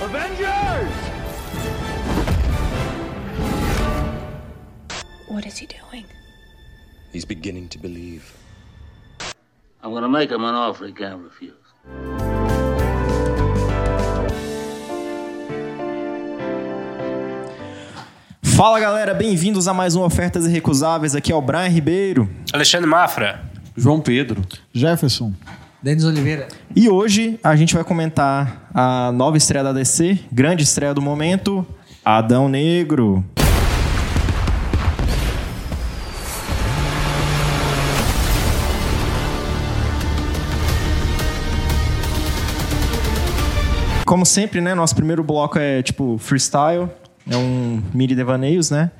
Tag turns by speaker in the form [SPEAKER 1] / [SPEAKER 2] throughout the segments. [SPEAKER 1] Avengers!
[SPEAKER 2] What is he doing?
[SPEAKER 3] He's beginning to believe.
[SPEAKER 4] I'm gonna make him an offer he can't refuse.
[SPEAKER 5] Fala galera, bem-vindos a mais um Ofertas Irrecusáveis. Aqui é o Brian Ribeiro.
[SPEAKER 6] Alexandre Mafra.
[SPEAKER 7] João Pedro.
[SPEAKER 8] Jefferson.
[SPEAKER 9] Denis Oliveira.
[SPEAKER 5] E hoje a gente vai comentar a nova estreia da DC, grande estreia do momento, Adão Negro. Como sempre, né? Nosso primeiro bloco é tipo freestyle, é um mini devaneios, né?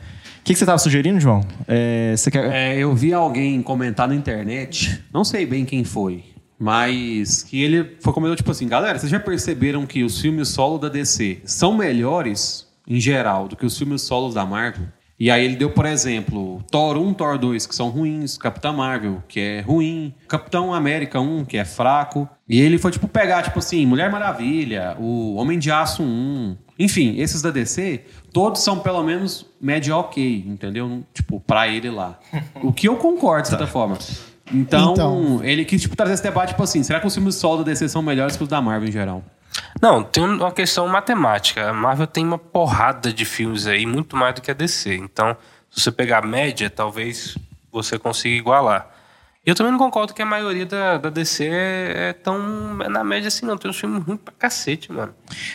[SPEAKER 5] O que, que você tava sugerindo, João? É, você quer...
[SPEAKER 7] É, eu vi alguém comentar na internet, não sei bem quem foi, mas que ele foi comentou tipo assim, galera, vocês já perceberam que os filmes solo da DC são melhores em geral do que os filmes solos da Marvel? E aí ele deu, por exemplo, Thor 1, Thor 2, que são ruins, Capitão Marvel, que é ruim, Capitão América 1, que é fraco. E ele foi, tipo, pegar, tipo assim, Mulher Maravilha, o Homem de Aço 1. Enfim, esses da DC, todos são pelo menos média ok, entendeu? Tipo, pra ele lá. O que eu concordo, de certa forma. Então,
[SPEAKER 8] Então.
[SPEAKER 7] ele quis, tipo, trazer esse debate, tipo assim, será que os filmes solo da DC são melhores que os da Marvel em geral?
[SPEAKER 6] Não, tem uma questão matemática. A Marvel tem uma porrada de filmes aí, muito mais do que a DC. Então, se você pegar a média, talvez você consiga igualar. E eu também não concordo que a maioria da, da DC é, é tão é na média assim, não. Tem uns filmes ruins pra cacete, mano.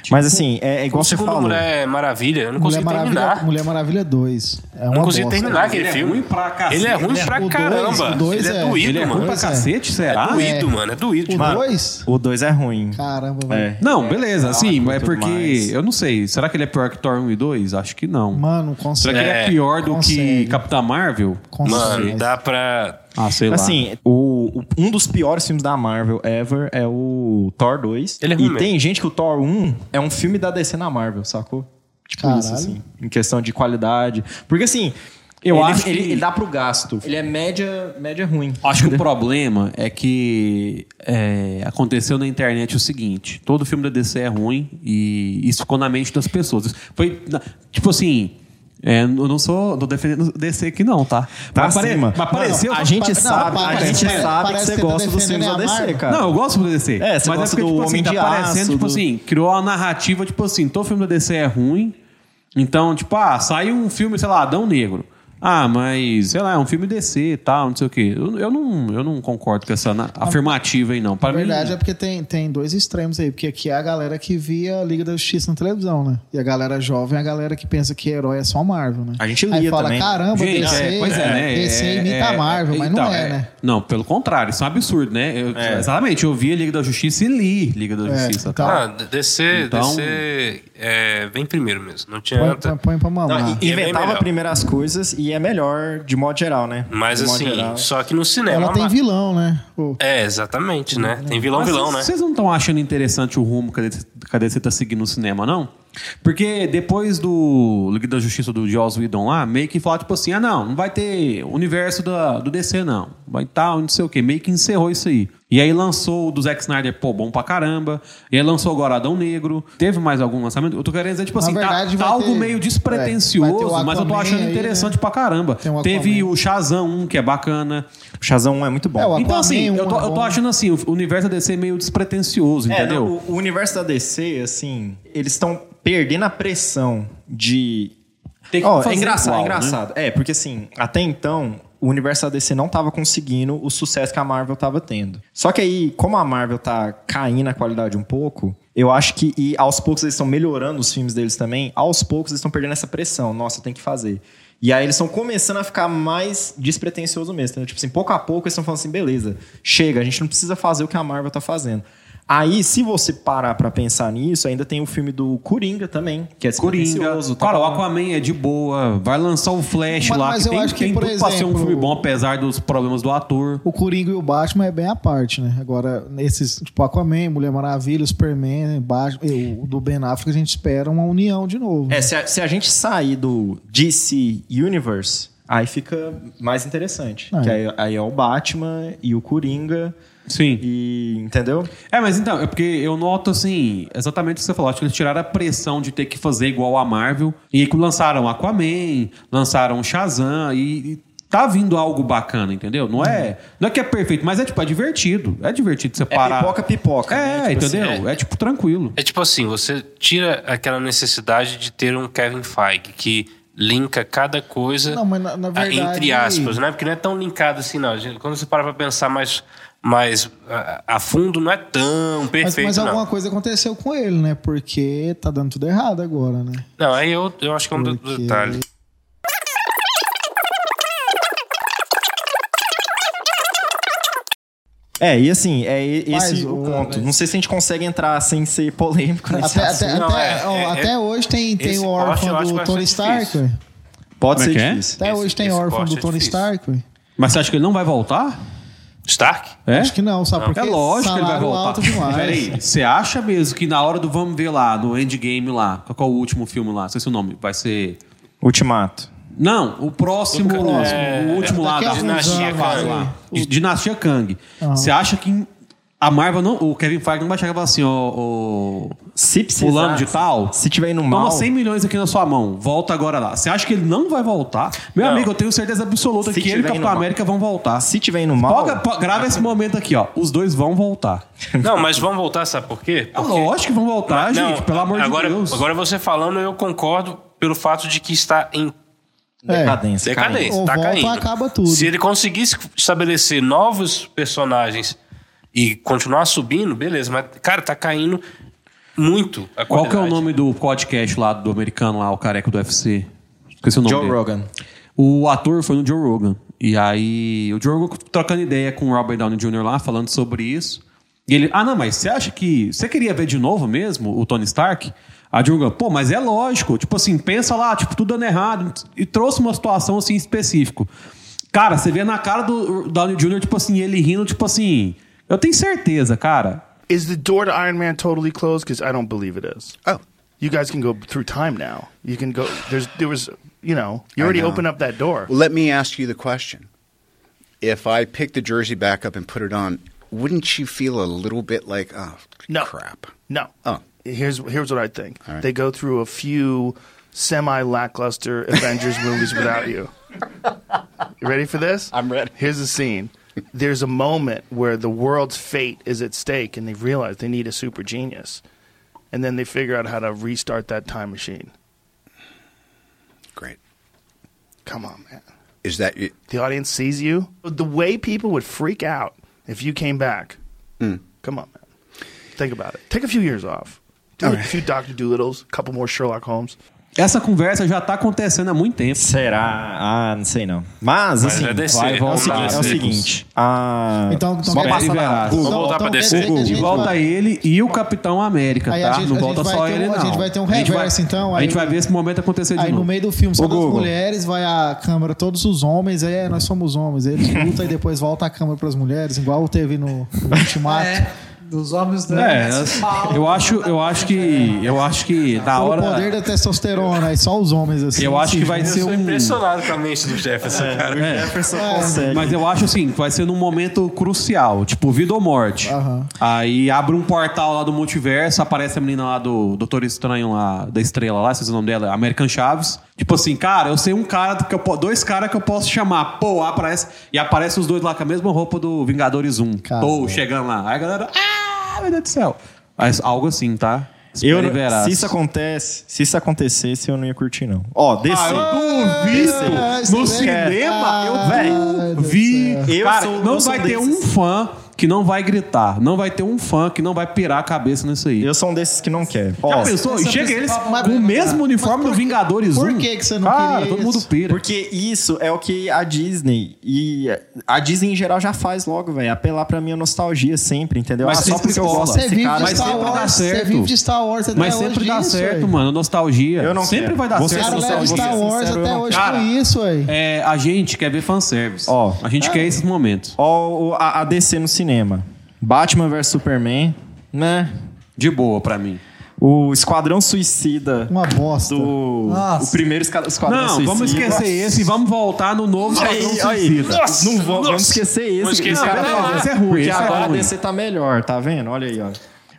[SPEAKER 5] Mas assim, é, é igual
[SPEAKER 6] o
[SPEAKER 5] você
[SPEAKER 6] segundo
[SPEAKER 5] falou.
[SPEAKER 6] Mulher Maravilha, eu não
[SPEAKER 8] Mulher
[SPEAKER 6] consegui
[SPEAKER 8] Maravilha,
[SPEAKER 6] terminar.
[SPEAKER 8] Mulher Maravilha 2. É
[SPEAKER 6] Eu
[SPEAKER 8] uma
[SPEAKER 6] não consegui
[SPEAKER 8] bosta.
[SPEAKER 6] terminar aquele
[SPEAKER 7] Ele é
[SPEAKER 6] filme.
[SPEAKER 7] ruim pra cacete.
[SPEAKER 6] Ele é ruim
[SPEAKER 7] Ele é-
[SPEAKER 6] pra
[SPEAKER 8] o dois-
[SPEAKER 6] caramba.
[SPEAKER 8] o dois
[SPEAKER 6] ele é,
[SPEAKER 8] é-
[SPEAKER 6] doído,
[SPEAKER 7] Ele é
[SPEAKER 6] mano.
[SPEAKER 7] ruim pra
[SPEAKER 8] Pois é.
[SPEAKER 7] cacete, será?
[SPEAKER 6] É doído,
[SPEAKER 8] é.
[SPEAKER 6] mano. É doído
[SPEAKER 8] O
[SPEAKER 6] demais.
[SPEAKER 8] 2?
[SPEAKER 5] O 2 é ruim.
[SPEAKER 8] Caramba,
[SPEAKER 5] É.
[SPEAKER 8] velho.
[SPEAKER 7] Não, beleza, sim,
[SPEAKER 5] muito
[SPEAKER 7] é porque.
[SPEAKER 5] mais.
[SPEAKER 7] Eu não sei. Será que ele é pior que Thor 1 e 2? Acho que não.
[SPEAKER 8] Mano,
[SPEAKER 7] É. Será que
[SPEAKER 8] consegue.
[SPEAKER 7] ele é
[SPEAKER 6] É.
[SPEAKER 7] pior do
[SPEAKER 8] Consegue.
[SPEAKER 7] que Capitã Marvel?
[SPEAKER 8] Consegue.
[SPEAKER 6] Mano, dá pra.
[SPEAKER 7] Ah, sei lá.
[SPEAKER 5] Assim, o, o- um dos piores filmes da Marvel ever é o Thor 2.
[SPEAKER 6] Ele é ruim
[SPEAKER 5] e
[SPEAKER 6] mesmo.
[SPEAKER 5] tem gente que o Thor 1 é um filme da DC na Marvel, sacou? Tipo isso,
[SPEAKER 8] Caralho.
[SPEAKER 5] assim. Em questão de qualidade. Porque assim, eu
[SPEAKER 7] acho que-
[SPEAKER 5] ele, ele dá pro gasto. Ele é média, média ruim.
[SPEAKER 7] Acho que o problema é que é, aconteceu na internet o seguinte: todo filme da DC é ruim e isso ficou na mente das pessoas. Foi, na- tipo assim. é, eu não sou. Tô defendendo o DC aqui, não, tá?
[SPEAKER 5] Tá
[SPEAKER 7] pare-
[SPEAKER 5] acima.
[SPEAKER 7] Mas pareceu.
[SPEAKER 5] a gente
[SPEAKER 8] não,
[SPEAKER 5] sabe, a
[SPEAKER 8] parece-
[SPEAKER 5] gente
[SPEAKER 8] parece-
[SPEAKER 5] sabe que
[SPEAKER 8] parece
[SPEAKER 5] você
[SPEAKER 8] que tá
[SPEAKER 5] gosta dos filmes da
[SPEAKER 8] defendendo a
[SPEAKER 5] DC,
[SPEAKER 8] Marvel.
[SPEAKER 5] cara.
[SPEAKER 7] Não, eu gosto do DC.
[SPEAKER 5] É, você
[SPEAKER 7] mas
[SPEAKER 5] gosta
[SPEAKER 7] é porque,
[SPEAKER 5] do
[SPEAKER 7] tipo assim,
[SPEAKER 5] Homem
[SPEAKER 7] tá
[SPEAKER 5] de
[SPEAKER 7] parecendo,
[SPEAKER 5] Aço, do-
[SPEAKER 7] tipo assim, criou a narrativa, tipo assim, todo filme da DC é ruim. Então, tipo, ah, saiu um filme, sei lá, Adão Negro. Ah, mas, sei lá, é um filme DC e tal, não sei o quê. Eu, eu não, eu não concordo com essa na- afirmativa aí, não. Para
[SPEAKER 8] Na
[SPEAKER 7] mim,
[SPEAKER 8] verdade é porque tem, tem dois extremos aí, porque aqui é a galera que via a Liga da Justiça na televisão, né? E a galera jovem é a galera que pensa que herói é só Marvel, né?
[SPEAKER 5] A gente
[SPEAKER 8] aí
[SPEAKER 5] lia
[SPEAKER 8] fala,
[SPEAKER 5] também.
[SPEAKER 8] caramba,
[SPEAKER 7] Gente,
[SPEAKER 8] DC,
[SPEAKER 7] é, pois é, né?
[SPEAKER 8] DC
[SPEAKER 7] É,
[SPEAKER 8] imita
[SPEAKER 7] é,
[SPEAKER 8] a Marvel, mas
[SPEAKER 7] então,
[SPEAKER 8] não é,
[SPEAKER 7] é.
[SPEAKER 8] né?
[SPEAKER 7] Não, pelo contrário, isso é um absurdo, né? Eu-
[SPEAKER 5] É.
[SPEAKER 7] Exatamente, eu vi a Liga da Justiça e li Liga da
[SPEAKER 8] É,
[SPEAKER 7] Justiça. tá?
[SPEAKER 8] então-
[SPEAKER 6] Ah, descer,
[SPEAKER 7] Então-
[SPEAKER 6] descer é, vem primeiro mesmo. Não
[SPEAKER 8] Põe,
[SPEAKER 6] adianta.
[SPEAKER 8] põe, põe pra mamar.
[SPEAKER 5] Não, e-
[SPEAKER 6] E é bem
[SPEAKER 5] inventava
[SPEAKER 6] melhor.
[SPEAKER 5] primeiro as coisas e é melhor de modo geral, né?
[SPEAKER 6] Mas
[SPEAKER 5] de modo
[SPEAKER 6] assim,
[SPEAKER 5] geral.
[SPEAKER 6] só que no cinema.
[SPEAKER 8] Ela tem
[SPEAKER 6] lá-
[SPEAKER 8] vilão, Uhum. né? O-
[SPEAKER 6] É, exatamente, né? Tem vilão,
[SPEAKER 7] Mas
[SPEAKER 6] vilão,
[SPEAKER 7] vocês-
[SPEAKER 6] né?
[SPEAKER 7] Vocês não estão achando interessante o rumo que a DC que a DC tá seguindo no cinema, não? Porque depois do Liga da Justiça do Joss Whedon lá, meio que falaram tipo assim, ah não, não vai ter universo da, do DC não, vai tal, não sei o quê. Meio que encerrou isso aí. E aí lançou o do Zack Snyder, pô, bom pra caramba. E aí lançou agora Adão Negro. Teve mais algum lançamento? Eu tô querendo dizer, tipo
[SPEAKER 8] Na
[SPEAKER 7] assim, tá-
[SPEAKER 8] verdade,
[SPEAKER 7] tá,
[SPEAKER 8] vai
[SPEAKER 7] algo
[SPEAKER 8] ter-
[SPEAKER 7] meio
[SPEAKER 8] é, vai ter
[SPEAKER 7] despretensioso,
[SPEAKER 8] o
[SPEAKER 7] mas eu tô
[SPEAKER 8] Aquaman
[SPEAKER 7] achando
[SPEAKER 8] aí,
[SPEAKER 7] interessante
[SPEAKER 8] né?
[SPEAKER 7] pra caramba.
[SPEAKER 8] Tem o Aquaman.
[SPEAKER 7] Teve o Shazam 1, que é bacana.
[SPEAKER 5] O Shazam 1 é muito bom.
[SPEAKER 8] É, o
[SPEAKER 7] Então,
[SPEAKER 8] Aquaman
[SPEAKER 7] assim,
[SPEAKER 8] um
[SPEAKER 7] eu tô,
[SPEAKER 8] é
[SPEAKER 7] eu tô
[SPEAKER 8] bom.
[SPEAKER 7] achando assim, o universo da DC meio despretensioso,
[SPEAKER 5] É,
[SPEAKER 7] entendeu?
[SPEAKER 5] não, o, o universo da DC, assim, eles estão perdendo a pressão de.
[SPEAKER 7] Tem que
[SPEAKER 5] Ó, é
[SPEAKER 7] fazer
[SPEAKER 5] engraçado,
[SPEAKER 7] igual, né?
[SPEAKER 5] é engraçado. É, porque assim, até então, o universo da DC não tava conseguindo o sucesso que a Marvel tava tendo. Só que aí, como a Marvel tá caindo a qualidade um pouco, eu acho que. E aos poucos eles estão melhorando os filmes deles também, aos poucos eles estão perdendo essa pressão. Nossa, tem que fazer. E aí eles estão começando a ficar mais despretensioso mesmo. Entendeu? Tipo assim, pouco a pouco eles estão falando assim, beleza, chega, a gente não precisa fazer o que a Marvel tá fazendo. Aí, se você parar pra pensar nisso, ainda tem o filme do Coringa também, que é
[SPEAKER 7] Coringa.
[SPEAKER 5] despretensioso. tá
[SPEAKER 7] Cara, o
[SPEAKER 5] falando.
[SPEAKER 7] Aquaman é de boa. Vai lançar o Flash
[SPEAKER 8] Mas-
[SPEAKER 7] lá,
[SPEAKER 8] mas
[SPEAKER 7] que
[SPEAKER 8] eu
[SPEAKER 7] tem,
[SPEAKER 8] acho que,
[SPEAKER 7] tem
[SPEAKER 8] por
[SPEAKER 7] tudo pra ser um
[SPEAKER 8] exemplo,
[SPEAKER 7] filme bom, apesar dos problemas do ator.
[SPEAKER 8] O Coringa e o Batman é bem à parte, né? Agora, nesses, tipo, Aquaman, Mulher Maravilha, Superman, né? Batman, e o do Ben Affleck, a gente espera uma união de novo.
[SPEAKER 5] É, se a, se a gente sair do DC Universe, aí fica mais interessante.
[SPEAKER 8] É.
[SPEAKER 5] Que aí, aí é o Batman e o Coringa.
[SPEAKER 7] Sim.
[SPEAKER 5] E entendeu?
[SPEAKER 7] É, mas então, é porque eu noto assim, exatamente o que você falou. Acho que eles tiraram a pressão de ter que fazer igual a Marvel. E aí que lançaram Aquaman, lançaram Shazam e. e Tá vindo algo bacana, entendeu? Não é, não é que é perfeito, mas é tipo, é divertido. É divertido você parar.
[SPEAKER 5] pipoca, pipoca,
[SPEAKER 7] É,
[SPEAKER 5] né? Tipo
[SPEAKER 7] entendeu?
[SPEAKER 6] assim,
[SPEAKER 7] é. tipo tranquilo.
[SPEAKER 6] É tipo assim, você tira aquela necessidade de ter um Kevin Feige que linka cada coisa
[SPEAKER 8] Não, mas na- na
[SPEAKER 6] ah,
[SPEAKER 8] verdade-
[SPEAKER 6] entre aspas, né? Porque não é tão linkado assim, não. Gente, Quando você para pra pensar mais, mais ah, a fundo, não é tão
[SPEAKER 8] Mas,
[SPEAKER 6] perfeito,
[SPEAKER 8] mas
[SPEAKER 6] não.
[SPEAKER 8] alguma coisa aconteceu com ele, né? Porque tá dando tudo errado agora, né?
[SPEAKER 6] Não, aí eu, eu acho que é um de-
[SPEAKER 8] Porque-
[SPEAKER 6] detalhe.
[SPEAKER 5] É, e assim, é e-
[SPEAKER 8] Mas
[SPEAKER 5] esse o
[SPEAKER 8] o- né?
[SPEAKER 5] ponto. Não sei se a gente consegue entrar sem ser polêmico nesse
[SPEAKER 8] Até,
[SPEAKER 5] assunto.
[SPEAKER 8] até,
[SPEAKER 6] Não,
[SPEAKER 8] até-
[SPEAKER 6] é,
[SPEAKER 8] ó,
[SPEAKER 6] é,
[SPEAKER 8] até
[SPEAKER 6] é-
[SPEAKER 8] hoje tem, tem
[SPEAKER 6] esse
[SPEAKER 8] o
[SPEAKER 6] corte eu
[SPEAKER 8] órfão
[SPEAKER 6] acho que
[SPEAKER 8] do
[SPEAKER 6] vai
[SPEAKER 8] Tony
[SPEAKER 6] ser
[SPEAKER 8] Stark.
[SPEAKER 6] difícil.
[SPEAKER 8] ué.
[SPEAKER 5] Pode
[SPEAKER 7] Como é
[SPEAKER 5] ser
[SPEAKER 7] que é?
[SPEAKER 5] difícil.
[SPEAKER 8] Até
[SPEAKER 6] Esse-
[SPEAKER 8] hoje tem
[SPEAKER 6] esse
[SPEAKER 8] órfão
[SPEAKER 6] corte
[SPEAKER 8] do
[SPEAKER 6] é
[SPEAKER 8] Tony
[SPEAKER 6] difícil.
[SPEAKER 8] Stark. ué.
[SPEAKER 7] Mas você acha que ele não vai voltar?
[SPEAKER 6] Stark?
[SPEAKER 7] É?
[SPEAKER 8] Acho que não, sabe? Porque
[SPEAKER 7] é lógico que ele vai
[SPEAKER 8] salário
[SPEAKER 7] voltar.
[SPEAKER 8] alto demais.
[SPEAKER 7] Peraí, você acha mesmo que na hora do vamos ver lá, no Endgame lá, qual qual é o último filme lá? Não sei se o nome, vai ser...
[SPEAKER 5] Ultimato.
[SPEAKER 7] Não, o próximo,
[SPEAKER 6] O ca- é,
[SPEAKER 7] o último lá,
[SPEAKER 8] daqui a
[SPEAKER 7] da
[SPEAKER 8] uns
[SPEAKER 7] Dinastia
[SPEAKER 6] anos,
[SPEAKER 7] Kang.
[SPEAKER 6] né?
[SPEAKER 7] lá. Di- Dinastia Kang. Você acha que a Marvel não... O Kevin Feige não vai chegar e falar assim, ó... ó,
[SPEAKER 5] Se precisar,
[SPEAKER 7] Fulano de tal,
[SPEAKER 5] se tiver indo mal,
[SPEAKER 7] Toma 100 milhões aqui na sua mão, volta agora lá. Você acha que ele não vai voltar? Meu
[SPEAKER 6] Não.
[SPEAKER 7] amigo, eu tenho certeza absoluta
[SPEAKER 5] Se
[SPEAKER 7] que ele e
[SPEAKER 5] tiver indo
[SPEAKER 7] Capitão
[SPEAKER 5] mal.
[SPEAKER 7] América vão voltar.
[SPEAKER 5] se tiver indo mal,
[SPEAKER 7] Poga- po- grava esse momento aqui, ó. Os dois vão voltar.
[SPEAKER 6] Não, mas vamos voltar, sabe por quê?
[SPEAKER 8] Tá
[SPEAKER 7] É lógico que vão voltar,
[SPEAKER 6] Não,
[SPEAKER 7] gente. Pelo amor
[SPEAKER 6] agora,
[SPEAKER 7] de Deus.
[SPEAKER 5] é
[SPEAKER 6] Agora você falando, eu concordo pelo fato de que está em
[SPEAKER 8] É.
[SPEAKER 5] decadência.
[SPEAKER 6] decadência.
[SPEAKER 8] Ou
[SPEAKER 6] Está
[SPEAKER 8] volta ou
[SPEAKER 6] caindo.
[SPEAKER 8] acaba tudo.
[SPEAKER 6] Se ele conseguisse estabelecer novos personagens e continuar subindo, beleza. Mas, cara, tá caindo muito a
[SPEAKER 7] Qual que é o
[SPEAKER 6] qualidade.
[SPEAKER 7] nome do podcast lá do americano lá, o careca do UFC? Esqueci o nome
[SPEAKER 5] Joe
[SPEAKER 7] dele.
[SPEAKER 5] Rogan.
[SPEAKER 7] O ator foi no Joe Rogan. E aí, o Joe Rogan trocando ideia com o Robert Downey Jr. lá, falando sobre isso. E ele, ah, não, mas você acha que. Você queria ver de novo mesmo o Tony Stark? A Joe Rogan, pô, mas é lógico. Tipo assim, pensa lá, tipo, tudo dando errado. E trouxe uma situação assim específico. Cara, você vê na cara do Downey Jr., tipo assim, ele rindo, tipo assim. Eu tenho certeza, cara.
[SPEAKER 1] Is the door to Iron Man totally closed? Because I don't believe it is. Oh, you guys can go through time now. You can go. There's there was you know you already
[SPEAKER 2] know.
[SPEAKER 1] opened up that door.
[SPEAKER 2] Well, let me ask you the question. If I picked the jersey back up and put it on, wouldn't you feel a little bit like, oh,
[SPEAKER 1] No.
[SPEAKER 2] crap?
[SPEAKER 1] No.
[SPEAKER 2] Oh.
[SPEAKER 1] Here's here's what I think.
[SPEAKER 2] All right.
[SPEAKER 1] They go through a few semi lackluster Avengers movies without you. You ready for this? I'm ready. Here's the scene. There's a moment where the world's fate is at stake and they realize they need a super genius. And then they figure out how to restart that time machine.
[SPEAKER 2] Great.
[SPEAKER 1] Come on, man.
[SPEAKER 2] Is that you?
[SPEAKER 1] The audience sees you. The way people would freak out if you came back. Come on, man. Think about it. Take a few years off. Do a few Doctor Doolittles, a couple more Sherlock Holmes.
[SPEAKER 7] Essa conversa já tá acontecendo há muito tempo.
[SPEAKER 5] Será? Ah, não sei não. Mas, assim,
[SPEAKER 6] é DC,
[SPEAKER 5] vai, vamos
[SPEAKER 6] vamos lá,
[SPEAKER 5] seguir- é o
[SPEAKER 6] vamos.
[SPEAKER 5] seguinte. Ah, a-
[SPEAKER 8] Então, então
[SPEAKER 5] Vamos
[SPEAKER 8] quer-
[SPEAKER 5] passar
[SPEAKER 7] na-
[SPEAKER 8] então-
[SPEAKER 7] Vamos
[SPEAKER 6] voltar
[SPEAKER 8] então
[SPEAKER 6] pra
[SPEAKER 8] quer
[SPEAKER 6] DC.
[SPEAKER 8] dizer que a
[SPEAKER 7] Ah, Google,
[SPEAKER 8] gente
[SPEAKER 7] volta
[SPEAKER 8] vai-
[SPEAKER 7] ele e o Capitão América,
[SPEAKER 8] Aí a
[SPEAKER 7] tá?
[SPEAKER 8] gente-
[SPEAKER 7] não
[SPEAKER 8] a
[SPEAKER 7] volta
[SPEAKER 8] gente vai
[SPEAKER 7] só
[SPEAKER 8] ter um-
[SPEAKER 7] ele, não.
[SPEAKER 8] a gente vai ter um
[SPEAKER 7] A gente vai-
[SPEAKER 8] reverso, então,
[SPEAKER 7] A gente
[SPEAKER 8] aí-
[SPEAKER 7] vai ver esse momento acontecer de
[SPEAKER 8] Aí no
[SPEAKER 7] novo.
[SPEAKER 8] meio do filme são
[SPEAKER 5] Ô,
[SPEAKER 8] todas
[SPEAKER 5] Google.
[SPEAKER 8] mulheres, vai a câmera, todos os homens, aí é, nós somos homens. Eles lutam e depois volta a câmera pras mulheres, igual teve no Ultimato.
[SPEAKER 9] É, Dos homens né? da
[SPEAKER 7] É, eu acho, eu acho que, eu acho que na
[SPEAKER 8] O poder
[SPEAKER 7] hora,
[SPEAKER 8] da testosterona, aí só os homens assim.
[SPEAKER 7] eu acho que
[SPEAKER 8] se
[SPEAKER 7] vai
[SPEAKER 8] juntam.
[SPEAKER 7] ser um,
[SPEAKER 6] Impressionado com a mente do Jefferson,
[SPEAKER 5] É.
[SPEAKER 6] cara.
[SPEAKER 8] É.
[SPEAKER 7] mas eu acho assim, que vai ser num momento crucial, tipo vida ou morte.
[SPEAKER 8] Aham.
[SPEAKER 7] Aí abre um portal lá do multiverso, aparece a menina lá do Doutor Estranho lá, da estrela lá, se o nome dela, American Chaves. Tipo assim, cara, eu sei um cara que eu po- dois caras que eu posso chamar. Pô, aparece e aparece os dois lá com a mesma roupa do Vingadores 1.
[SPEAKER 8] Cara.
[SPEAKER 7] Tô chegando lá. Aí a galera, ah, meu Deus do céu. Mas algo assim, tá?
[SPEAKER 5] Eu,
[SPEAKER 7] Espere verás.
[SPEAKER 5] se isso acontece, se isso acontecesse, eu não ia curtir, não. Ó, DC.
[SPEAKER 7] Ah, eu duvido.
[SPEAKER 8] Ah,
[SPEAKER 7] no
[SPEAKER 8] isso é-
[SPEAKER 7] cinema,
[SPEAKER 8] Ah,
[SPEAKER 7] eu
[SPEAKER 8] meu Deus
[SPEAKER 7] vi.
[SPEAKER 8] do
[SPEAKER 5] céu. Eu
[SPEAKER 7] Cara,
[SPEAKER 5] sou- eu
[SPEAKER 7] não
[SPEAKER 5] sou
[SPEAKER 7] vai ter um
[SPEAKER 5] desses.
[SPEAKER 7] fã que não vai gritar. Não vai ter um fã que não vai pirar a cabeça nisso aí.
[SPEAKER 5] Eu sou um desses que não quer.
[SPEAKER 7] Já
[SPEAKER 5] Ó,
[SPEAKER 7] pensou? E
[SPEAKER 8] essa
[SPEAKER 7] chega
[SPEAKER 8] pessoa-
[SPEAKER 7] eles
[SPEAKER 8] mas-
[SPEAKER 7] com o mesmo
[SPEAKER 8] mas
[SPEAKER 7] uniforme do
[SPEAKER 8] por que-
[SPEAKER 7] Vingadores 1.
[SPEAKER 8] por que que você não
[SPEAKER 7] Cara,
[SPEAKER 8] queria
[SPEAKER 7] todo
[SPEAKER 8] isso?
[SPEAKER 7] mundo pira.
[SPEAKER 5] Porque isso é o que a Disney e a Disney em geral já faz logo, velho. Apelar pra minha nostalgia sempre, entendeu?
[SPEAKER 7] Mas
[SPEAKER 5] ah, só
[SPEAKER 7] sempre
[SPEAKER 5] porque eu
[SPEAKER 7] escola.
[SPEAKER 5] gosto
[SPEAKER 8] Você
[SPEAKER 5] desse
[SPEAKER 8] vive
[SPEAKER 5] cara.
[SPEAKER 8] de
[SPEAKER 7] mas
[SPEAKER 8] Star
[SPEAKER 7] sempre dá
[SPEAKER 8] Wars, você
[SPEAKER 7] certo.
[SPEAKER 8] vive de Star Wars até
[SPEAKER 7] Mas
[SPEAKER 8] é hoje
[SPEAKER 7] sempre dá
[SPEAKER 8] isso,
[SPEAKER 7] certo,
[SPEAKER 8] ué.
[SPEAKER 7] mano. Nostalgia.
[SPEAKER 5] Eu não
[SPEAKER 7] sempre
[SPEAKER 5] quero.
[SPEAKER 7] vai dar
[SPEAKER 5] Você
[SPEAKER 7] certo.
[SPEAKER 8] Cara,
[SPEAKER 5] Não sei,
[SPEAKER 8] leva
[SPEAKER 5] vou
[SPEAKER 8] Star
[SPEAKER 5] ser
[SPEAKER 8] Wars
[SPEAKER 5] sincero, eu
[SPEAKER 8] até
[SPEAKER 5] não-
[SPEAKER 8] hoje
[SPEAKER 7] Cara,
[SPEAKER 8] com isso, aí.
[SPEAKER 7] É, a gente quer ver fanservice.
[SPEAKER 5] Ó.
[SPEAKER 7] a gente quer esses momentos.
[SPEAKER 5] Ó, o- a, a DC no cinema. Batman vs Superman, né?
[SPEAKER 7] De boa pra mim.
[SPEAKER 5] O Esquadrão Suicida.
[SPEAKER 8] Uma bosta.
[SPEAKER 5] Do,
[SPEAKER 8] Nossa.
[SPEAKER 5] o primeiro esca- Esquadrão
[SPEAKER 7] Não,
[SPEAKER 5] Suicida.
[SPEAKER 7] vamos esquecer esse e vamos voltar no novo
[SPEAKER 5] Aí,
[SPEAKER 7] Esquadrão
[SPEAKER 5] aí.
[SPEAKER 7] Suicida.
[SPEAKER 5] Nossa, não vamos, vamos esquecer esse.
[SPEAKER 6] Vamos esquecer.
[SPEAKER 5] Esse cara
[SPEAKER 6] Não,
[SPEAKER 5] fala,
[SPEAKER 7] não, isso é ruim,
[SPEAKER 5] Porque
[SPEAKER 7] isso é
[SPEAKER 5] agora
[SPEAKER 7] ruim.
[SPEAKER 5] a DC tá melhor, tá vendo? Olha aí, ó.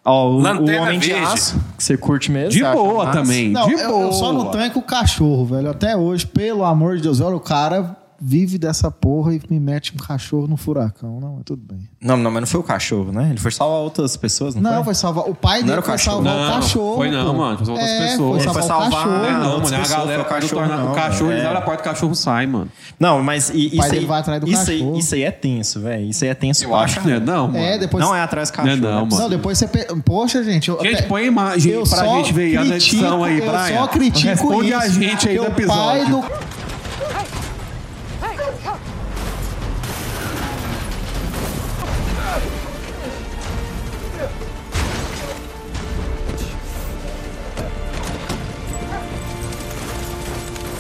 [SPEAKER 5] Ó, o, o
[SPEAKER 6] Lanterna
[SPEAKER 5] Homem de
[SPEAKER 6] Verde.
[SPEAKER 5] Aço, que você curte mesmo.
[SPEAKER 7] De
[SPEAKER 5] você acha
[SPEAKER 7] boa
[SPEAKER 5] massa.
[SPEAKER 7] também,
[SPEAKER 8] Não,
[SPEAKER 7] de
[SPEAKER 8] eu,
[SPEAKER 7] boa.
[SPEAKER 8] eu só não tranco o cachorro, velho. Até hoje, pelo amor de Deus, olha, o cara vive dessa porra e me mete um cachorro no furacão. Não, mas tudo bem.
[SPEAKER 5] Não, não, mas não foi o cachorro, né? Ele foi salvar outras pessoas, não,
[SPEAKER 8] Não,
[SPEAKER 5] foi?
[SPEAKER 8] foi salvar. O pai
[SPEAKER 5] era
[SPEAKER 8] dele
[SPEAKER 5] o
[SPEAKER 8] foi
[SPEAKER 5] cachorro.
[SPEAKER 8] salvar o
[SPEAKER 7] Não,
[SPEAKER 8] cachorro.
[SPEAKER 7] foi não,
[SPEAKER 8] pô. É,
[SPEAKER 7] mano, foi salvar outras pessoas.
[SPEAKER 8] Foi
[SPEAKER 7] Ele
[SPEAKER 5] foi
[SPEAKER 8] salvar,
[SPEAKER 5] salvar-
[SPEAKER 8] o
[SPEAKER 7] É,
[SPEAKER 8] cachorro.
[SPEAKER 5] Não,
[SPEAKER 7] não, mano,
[SPEAKER 5] outras
[SPEAKER 7] a
[SPEAKER 5] pessoas, foi o
[SPEAKER 7] galera do
[SPEAKER 5] cachorro,
[SPEAKER 7] tornado,
[SPEAKER 5] não,
[SPEAKER 7] o cachorro,
[SPEAKER 5] é.
[SPEAKER 7] eles abrem a porta, o cachorro sai, mano.
[SPEAKER 5] Não, mas e-
[SPEAKER 8] pai
[SPEAKER 5] isso aí,
[SPEAKER 8] dele vai atrás do
[SPEAKER 5] isso aí-
[SPEAKER 8] cachorro.
[SPEAKER 5] isso aí é tenso, velho. Isso aí é tenso. pra
[SPEAKER 7] que não é, não, mano.
[SPEAKER 8] É, depois.
[SPEAKER 5] Não é atrás do
[SPEAKER 7] Não
[SPEAKER 5] cachorro.
[SPEAKER 7] é não,
[SPEAKER 5] né?
[SPEAKER 7] mano.
[SPEAKER 8] Não, depois você. pe- Poxa, gente. Eu
[SPEAKER 7] Gente,
[SPEAKER 8] até-
[SPEAKER 7] põe a imagem
[SPEAKER 8] eu
[SPEAKER 7] pra
[SPEAKER 8] só
[SPEAKER 7] gente ver aí na
[SPEAKER 8] critico-
[SPEAKER 7] edição aí,
[SPEAKER 8] eu
[SPEAKER 7] Brian.
[SPEAKER 8] só critico
[SPEAKER 7] Responde
[SPEAKER 8] isso.
[SPEAKER 7] a gente aí
[SPEAKER 8] que
[SPEAKER 7] do
[SPEAKER 8] o pai
[SPEAKER 7] episódio.
[SPEAKER 8] do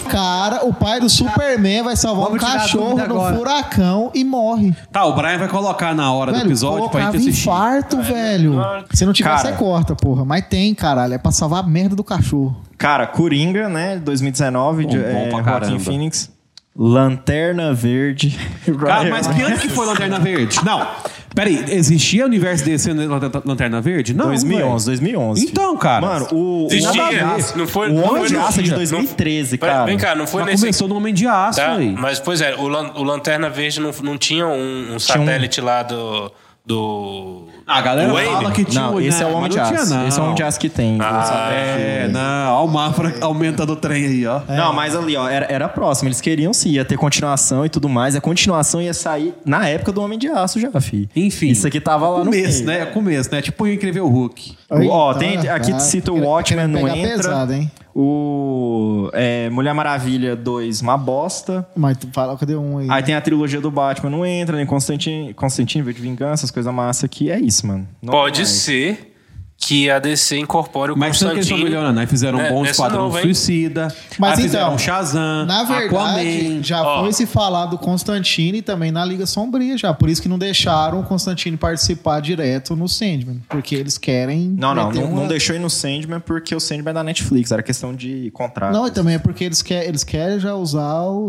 [SPEAKER 8] cara, o pai do Superman vai salvar
[SPEAKER 9] Vamos
[SPEAKER 8] um
[SPEAKER 9] tirar a
[SPEAKER 8] cachorro
[SPEAKER 9] dúvida
[SPEAKER 8] no
[SPEAKER 9] agora.
[SPEAKER 8] furacão e morre.
[SPEAKER 7] Tá, o Brian vai colocar na hora do
[SPEAKER 8] Velho,
[SPEAKER 7] episódio pra
[SPEAKER 8] colocava
[SPEAKER 7] gente assistir.
[SPEAKER 8] infarto, velho. Se não tiver,
[SPEAKER 5] Cara.
[SPEAKER 8] você corta, porra. Mas tem, caralho. É pra salvar a merda do cachorro.
[SPEAKER 5] Cara, Coringa, né? 2019, de,
[SPEAKER 7] bom
[SPEAKER 5] é,
[SPEAKER 7] pra
[SPEAKER 5] Joaquin
[SPEAKER 7] caramba.
[SPEAKER 5] Phoenix. Lanterna Verde.
[SPEAKER 7] Cara,
[SPEAKER 5] Ryan
[SPEAKER 7] mas que ano que foi Lanterna Verde? Não. Peraí, existia o universo DC na Lanter- Lanterna Verde? Não.
[SPEAKER 5] 2011, 2011.
[SPEAKER 7] Então, cara.
[SPEAKER 5] Mano, o, o
[SPEAKER 6] Existia,
[SPEAKER 5] Homem de Aço,
[SPEAKER 6] não foi-
[SPEAKER 5] o
[SPEAKER 6] não
[SPEAKER 5] Homem
[SPEAKER 6] foi
[SPEAKER 5] de
[SPEAKER 6] no-
[SPEAKER 5] Aço é de
[SPEAKER 6] não-
[SPEAKER 5] 2013,
[SPEAKER 6] Pera-
[SPEAKER 5] cara.
[SPEAKER 6] Vem cá, não foi
[SPEAKER 7] Mas
[SPEAKER 6] nesse.
[SPEAKER 7] começou no Homem de Aço
[SPEAKER 6] Tá?
[SPEAKER 7] aí.
[SPEAKER 6] Mas, pois é, o, lan- o Lanterna Verde não, não tinha um, um satélite lá do. do...
[SPEAKER 7] A galera
[SPEAKER 6] Wayne?
[SPEAKER 7] fala que tinha né?
[SPEAKER 5] Não, esse é o
[SPEAKER 7] mas
[SPEAKER 5] Homem de
[SPEAKER 7] não tinha,
[SPEAKER 5] Aço.
[SPEAKER 7] não.
[SPEAKER 5] Esse é o Homem de Aço que tem.
[SPEAKER 6] Ah,
[SPEAKER 7] É, não. Ó, o Mafra aumentando o trem aí, ó.
[SPEAKER 5] Não, mas ali, ó, era, era próximo. Eles queriam sim, ia ter continuação e tudo mais. A continuação ia sair na época do Homem de Aço já, fi.
[SPEAKER 7] Enfim.
[SPEAKER 5] Isso aqui tava lá no
[SPEAKER 7] Começo,
[SPEAKER 5] meio.
[SPEAKER 7] né? É começo, né? Tipo o Incrível Hulk.
[SPEAKER 5] O- Ó,
[SPEAKER 8] Eita,
[SPEAKER 5] tem, aqui
[SPEAKER 8] cara,
[SPEAKER 5] cita o
[SPEAKER 8] querendo-
[SPEAKER 5] Watchmen,
[SPEAKER 8] querendo
[SPEAKER 5] não
[SPEAKER 8] pegar
[SPEAKER 5] entra.
[SPEAKER 8] pesado, hein?
[SPEAKER 5] O é, Mulher Maravilha 2, uma bosta.
[SPEAKER 8] Mas tu fala, cadê um aí?
[SPEAKER 5] Aí tem a trilogia do Batman, não entra, nem Constantine, Constantine, V de Vingança, as coisas massa aqui. É isso, mano. Não
[SPEAKER 6] Pode
[SPEAKER 5] tem mais.
[SPEAKER 6] ser que a DC incorpore o
[SPEAKER 7] Mas tanto que eles estão
[SPEAKER 6] Constantine.
[SPEAKER 7] melhorando, aí fizeram um
[SPEAKER 6] É,
[SPEAKER 7] bom
[SPEAKER 6] nessa
[SPEAKER 7] Esquadrão
[SPEAKER 6] nova, hein?
[SPEAKER 7] Suicida,
[SPEAKER 8] Mas
[SPEAKER 7] aí fizeram
[SPEAKER 5] um
[SPEAKER 8] então,
[SPEAKER 7] Shazam,
[SPEAKER 8] Na verdade,
[SPEAKER 7] Aquaman.
[SPEAKER 8] já
[SPEAKER 6] Ó.
[SPEAKER 8] foi se falar do Constantine também na Liga Sombria, já. Por isso que não deixaram o Constantine participar direto no Sandman. Porque eles querem.
[SPEAKER 5] Não, não,
[SPEAKER 8] meter
[SPEAKER 5] não,
[SPEAKER 8] uma-
[SPEAKER 5] não deixou ir no Sandman porque o Sandman é da Netflix, era questão de contrato.
[SPEAKER 8] Não, e também é porque eles, quer, eles querem já usar o.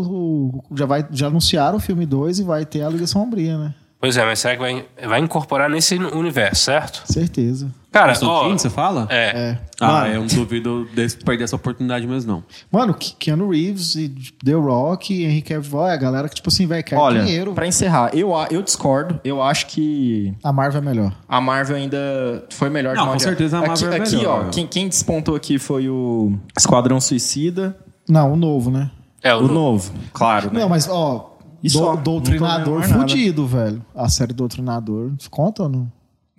[SPEAKER 8] o- já, vai, já anunciaram o filme 2 e vai ter a Liga Sombria, né?
[SPEAKER 6] Pois é, mas será que vai, vai incorporar nesse universo, certo?
[SPEAKER 8] Certeza.
[SPEAKER 6] Cara, ó.
[SPEAKER 7] Constantine, você fala?
[SPEAKER 6] É,
[SPEAKER 8] É.
[SPEAKER 7] Ah,
[SPEAKER 8] Mano.
[SPEAKER 7] eu não duvido desse, perder essa oportunidade mesmo, não.
[SPEAKER 8] Mano, Ke- Keanu Reeves e The Rock e Henry Cavill é a galera que, tipo assim, vai quer
[SPEAKER 5] Olha,
[SPEAKER 8] dinheiro.
[SPEAKER 5] pra encerrar, eu, a- eu discordo, eu acho que
[SPEAKER 8] A Marvel é melhor.
[SPEAKER 5] a Marvel ainda foi melhor
[SPEAKER 7] Não,
[SPEAKER 5] de modo
[SPEAKER 7] com
[SPEAKER 5] geral.
[SPEAKER 7] certeza a Marvel
[SPEAKER 5] aqui,
[SPEAKER 7] é
[SPEAKER 5] aqui,
[SPEAKER 7] melhor.
[SPEAKER 5] ó, quem, quem despontou aqui foi o Esquadrão Suicida,
[SPEAKER 8] Não, o novo, né?
[SPEAKER 6] é, o,
[SPEAKER 5] o novo, claro, né?
[SPEAKER 8] Não, mas, ó.
[SPEAKER 5] E
[SPEAKER 8] do-
[SPEAKER 5] só, não tô
[SPEAKER 8] Doutrinador
[SPEAKER 5] lembrando mais
[SPEAKER 8] fudido, velho. A série Doutrinador. Conta ou não?